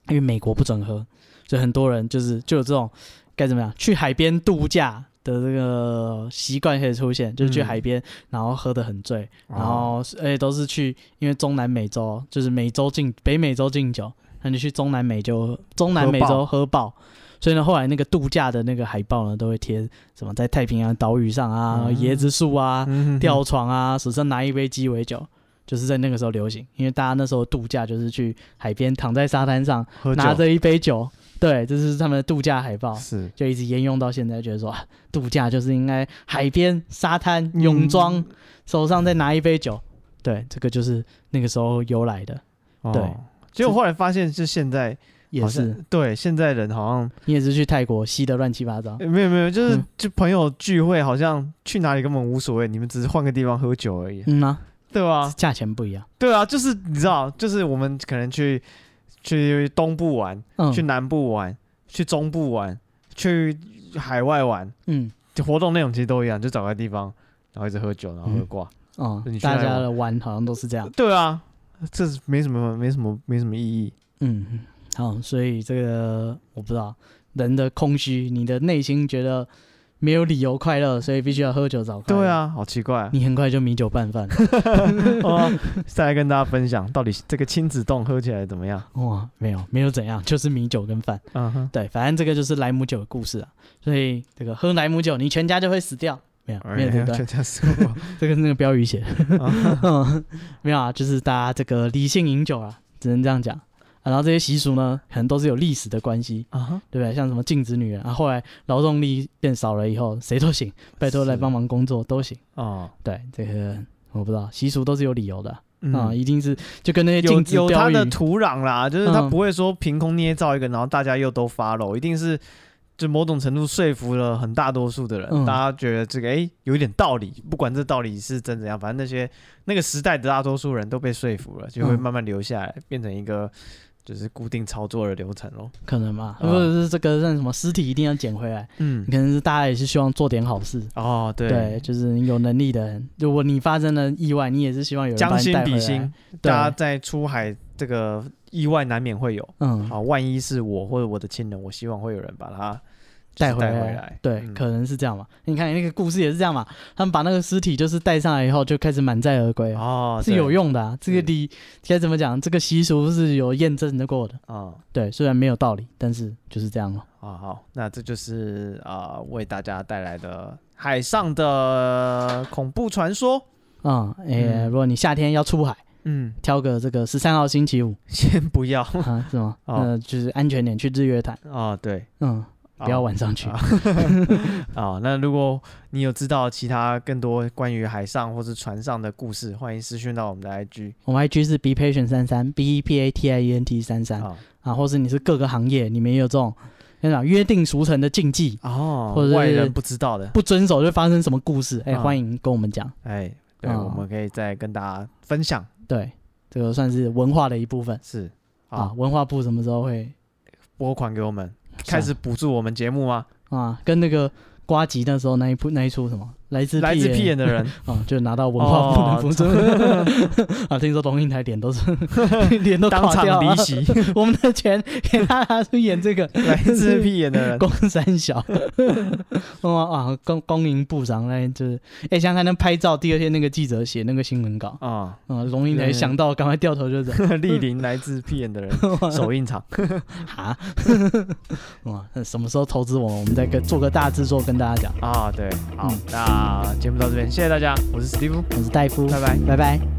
Speaker 1: 因为美国不准喝，所以很多人就是就有这种该怎么样去海边度假的这个习惯开始出现，就是去
Speaker 2: 嗯
Speaker 1: 海边、然后喝得很醉，然
Speaker 2: 哦
Speaker 1: 后是而且都是去因为中南美洲就是美洲禁北美洲禁酒，那你去中南美洲中南美洲喝爆。所以呢，后来那个度假的那个海报呢，都会贴什么在太平洋岛屿上啊、
Speaker 2: 嗯
Speaker 1: 椰子树啊、
Speaker 2: 嗯
Speaker 1: 吊床啊，手上拿一杯鸡尾酒，就是在那个时候流行，因为大家那时候度假就是去海边躺在沙滩上，
Speaker 2: 喝酒
Speaker 1: 拿着一哦杯酒，对，这是他们的度假海报，
Speaker 2: 是
Speaker 1: 就一直沿用到现在，觉得说、啊度假就是应该海边、沙滩、泳装，
Speaker 2: 嗯
Speaker 1: 手上再拿一杯酒，对，这个就是那个时候由来的，
Speaker 2: 哦
Speaker 1: 对
Speaker 2: 结果后来发现，是现在
Speaker 1: 也
Speaker 2: 好
Speaker 1: 是
Speaker 2: 像对现在人好像
Speaker 1: 你也是去泰国吸的乱七八糟，
Speaker 2: 诶没有没有，就是
Speaker 1: 嗯
Speaker 2: 就朋友聚会，好像去哪里根本无所谓，你们只是换个地方喝酒而已，
Speaker 1: 嗯啊，
Speaker 2: 对吧？
Speaker 1: 价钱不一样，
Speaker 2: 对啊，就是你知道，就是我们可能去去东部玩，
Speaker 1: 嗯
Speaker 2: 去南部玩，去中部玩，去海外玩，
Speaker 1: 嗯
Speaker 2: 就活动内容其实都一样，就找个地方，然后一直喝酒，然后喝挂。
Speaker 1: 哦
Speaker 2: 你，去
Speaker 1: 大
Speaker 2: 泰
Speaker 1: 家
Speaker 2: 国
Speaker 1: 的玩好像都是这样。
Speaker 2: 对啊，这是没什么没什么没什么意义。
Speaker 1: 嗯，好，所以这个我不知道，人的空虚，你的内心觉得没有理由快乐，所以必须要喝酒找快乐。
Speaker 2: 对，啊，好奇怪、啊。
Speaker 1: 你很快就米酒拌饭 了，
Speaker 2: 哦，再来跟大家分享，到底这个亲子冻喝起来怎么样？
Speaker 1: 哇，没有没有怎样，就是米酒跟饭。
Speaker 2: 嗯哼，
Speaker 1: 对，反正这个就是莱姆酒的故事啊。所以这个喝莱姆酒，你全家就会死掉。没有，没有 这
Speaker 2: 哎就
Speaker 1: 段，
Speaker 2: 这样说。
Speaker 1: 这个是那个标语写的。嗯 没有啊，就是大家这个理性饮酒啊，只能这样讲、啊。然后这些习俗呢，可能都是有历史的关系。
Speaker 2: 啊哈，
Speaker 1: 对不对？像什么禁止女人啊，后来劳动力变少了以后，谁都行，拜托来
Speaker 2: 是
Speaker 1: 帮忙工作都行。
Speaker 2: 哦，
Speaker 1: 对，这个我不知道，习俗都是有理由的啊、
Speaker 2: 嗯，
Speaker 1: 一定是就跟那些
Speaker 2: 有
Speaker 1: 禁止
Speaker 2: 有
Speaker 1: 标
Speaker 2: 它
Speaker 1: 语
Speaker 2: 的土壤啦，就是它
Speaker 1: 嗯
Speaker 2: 不会说凭空捏造一个，然后大家又都 follow，一定是就某种程度说服了很大多数的人，
Speaker 1: 嗯
Speaker 2: 大家觉得这个哎、有一点道理，不管这道理是真怎样，反正那些那个时代的大多数人都被说服了，就会
Speaker 1: 嗯
Speaker 2: 慢慢留下来，变成一个就是固定操作的流程咯。
Speaker 1: 可能嘛，
Speaker 2: 啊
Speaker 1: 或者是这个像什么尸体一定要捡回来，
Speaker 2: 嗯，
Speaker 1: 可能是大家也是希望做点好事。
Speaker 2: 哦，对，
Speaker 1: 对，就是你有能力的人，如果你发生了意外，你也是希望有人把
Speaker 2: 将
Speaker 1: 你
Speaker 2: 心
Speaker 1: 带回
Speaker 2: 比
Speaker 1: 来。
Speaker 2: 心，
Speaker 1: 对
Speaker 2: 大家在出海这个意外难免会有。
Speaker 1: 嗯，
Speaker 2: 好，万一是我或者我的亲人，我希望会有人把他
Speaker 1: 带
Speaker 2: 回
Speaker 1: 回来，
Speaker 2: 来。
Speaker 1: 对，
Speaker 2: 嗯
Speaker 1: 可能是这样嘛。你看那个故事也是这样嘛，他们把那个尸体就是带上来以后，就开始满载而归啊。
Speaker 2: 哦，
Speaker 1: 是有用的、啊。这个
Speaker 2: 嗯
Speaker 1: 理该怎么讲？这个习俗是有验证的过的。
Speaker 2: 啊
Speaker 1: 对，虽然没有道理，但是就是这样了。
Speaker 2: 啊、好，那这就是啊、呃为大家带来的海上的恐怖传说。
Speaker 1: 啊、嗯，诶、
Speaker 2: 嗯
Speaker 1: 如果你夏天要出海，
Speaker 2: 嗯，
Speaker 1: 挑个这个十三号星期五
Speaker 2: 先不要啊、
Speaker 1: 啊，是吗？
Speaker 2: 哦
Speaker 1: 呃，就是安全点去日月潭。
Speaker 2: 对，
Speaker 1: 嗯， 不要晚上去。
Speaker 2: 啊啊，那如果你有知道其他更多关于海上或是船上的故事，欢迎私讯到我们的 IG
Speaker 1: 我们 IG 是 be patient 三三 b e p a t i e n t 三三
Speaker 2: 啊
Speaker 1: 啊，或是你是各个行业你们也有这种那种约定俗成的禁忌，
Speaker 2: 哦，
Speaker 1: 或者是
Speaker 2: 外人不知道的，
Speaker 1: 不遵守就发生什么故事，哎、
Speaker 2: 啊
Speaker 1: 欢迎跟我们讲。
Speaker 2: 哎，对，
Speaker 1: 啊
Speaker 2: 我们可以再跟大家分享。
Speaker 1: 对，这个算是文化的一部分
Speaker 2: 是
Speaker 1: 啊
Speaker 2: 啊，。
Speaker 1: 文化部什么时候会
Speaker 2: 拨款给我们，开始补助我们节目吗？
Speaker 1: 啊？跟那个瓜吉那时候那一部那一出什么来自
Speaker 2: 来自屁眼
Speaker 1: 眼
Speaker 2: 的人，
Speaker 1: 啊，就拿到文化部的
Speaker 2: 哦
Speaker 1: 补助 啊。听说龙应台脸都是 脸 都
Speaker 2: 当
Speaker 1: 垮掉
Speaker 2: 场
Speaker 1: 了
Speaker 2: 离，席。
Speaker 1: 我们的钱 给他拿去演这个。
Speaker 2: 来自屁眼的 人，
Speaker 1: 公三小，哇啊，公公营部长那就是，哎、想想看那拍照，第二天那个记者写那个新闻稿，
Speaker 2: 啊，
Speaker 1: 啊、龙应台
Speaker 2: 对
Speaker 1: 想到赶快掉头就走，
Speaker 2: 莅临来自屁眼的人首映场。
Speaker 1: 哈， 哇，那什么时候投资我们，我们再跟做个大制作跟大家讲。
Speaker 2: 啊，对，好
Speaker 1: 嗯，
Speaker 2: 那节目到这边，谢谢大家，我是史蒂夫，
Speaker 1: 我是戴夫，
Speaker 2: 拜拜。
Speaker 1: 拜拜。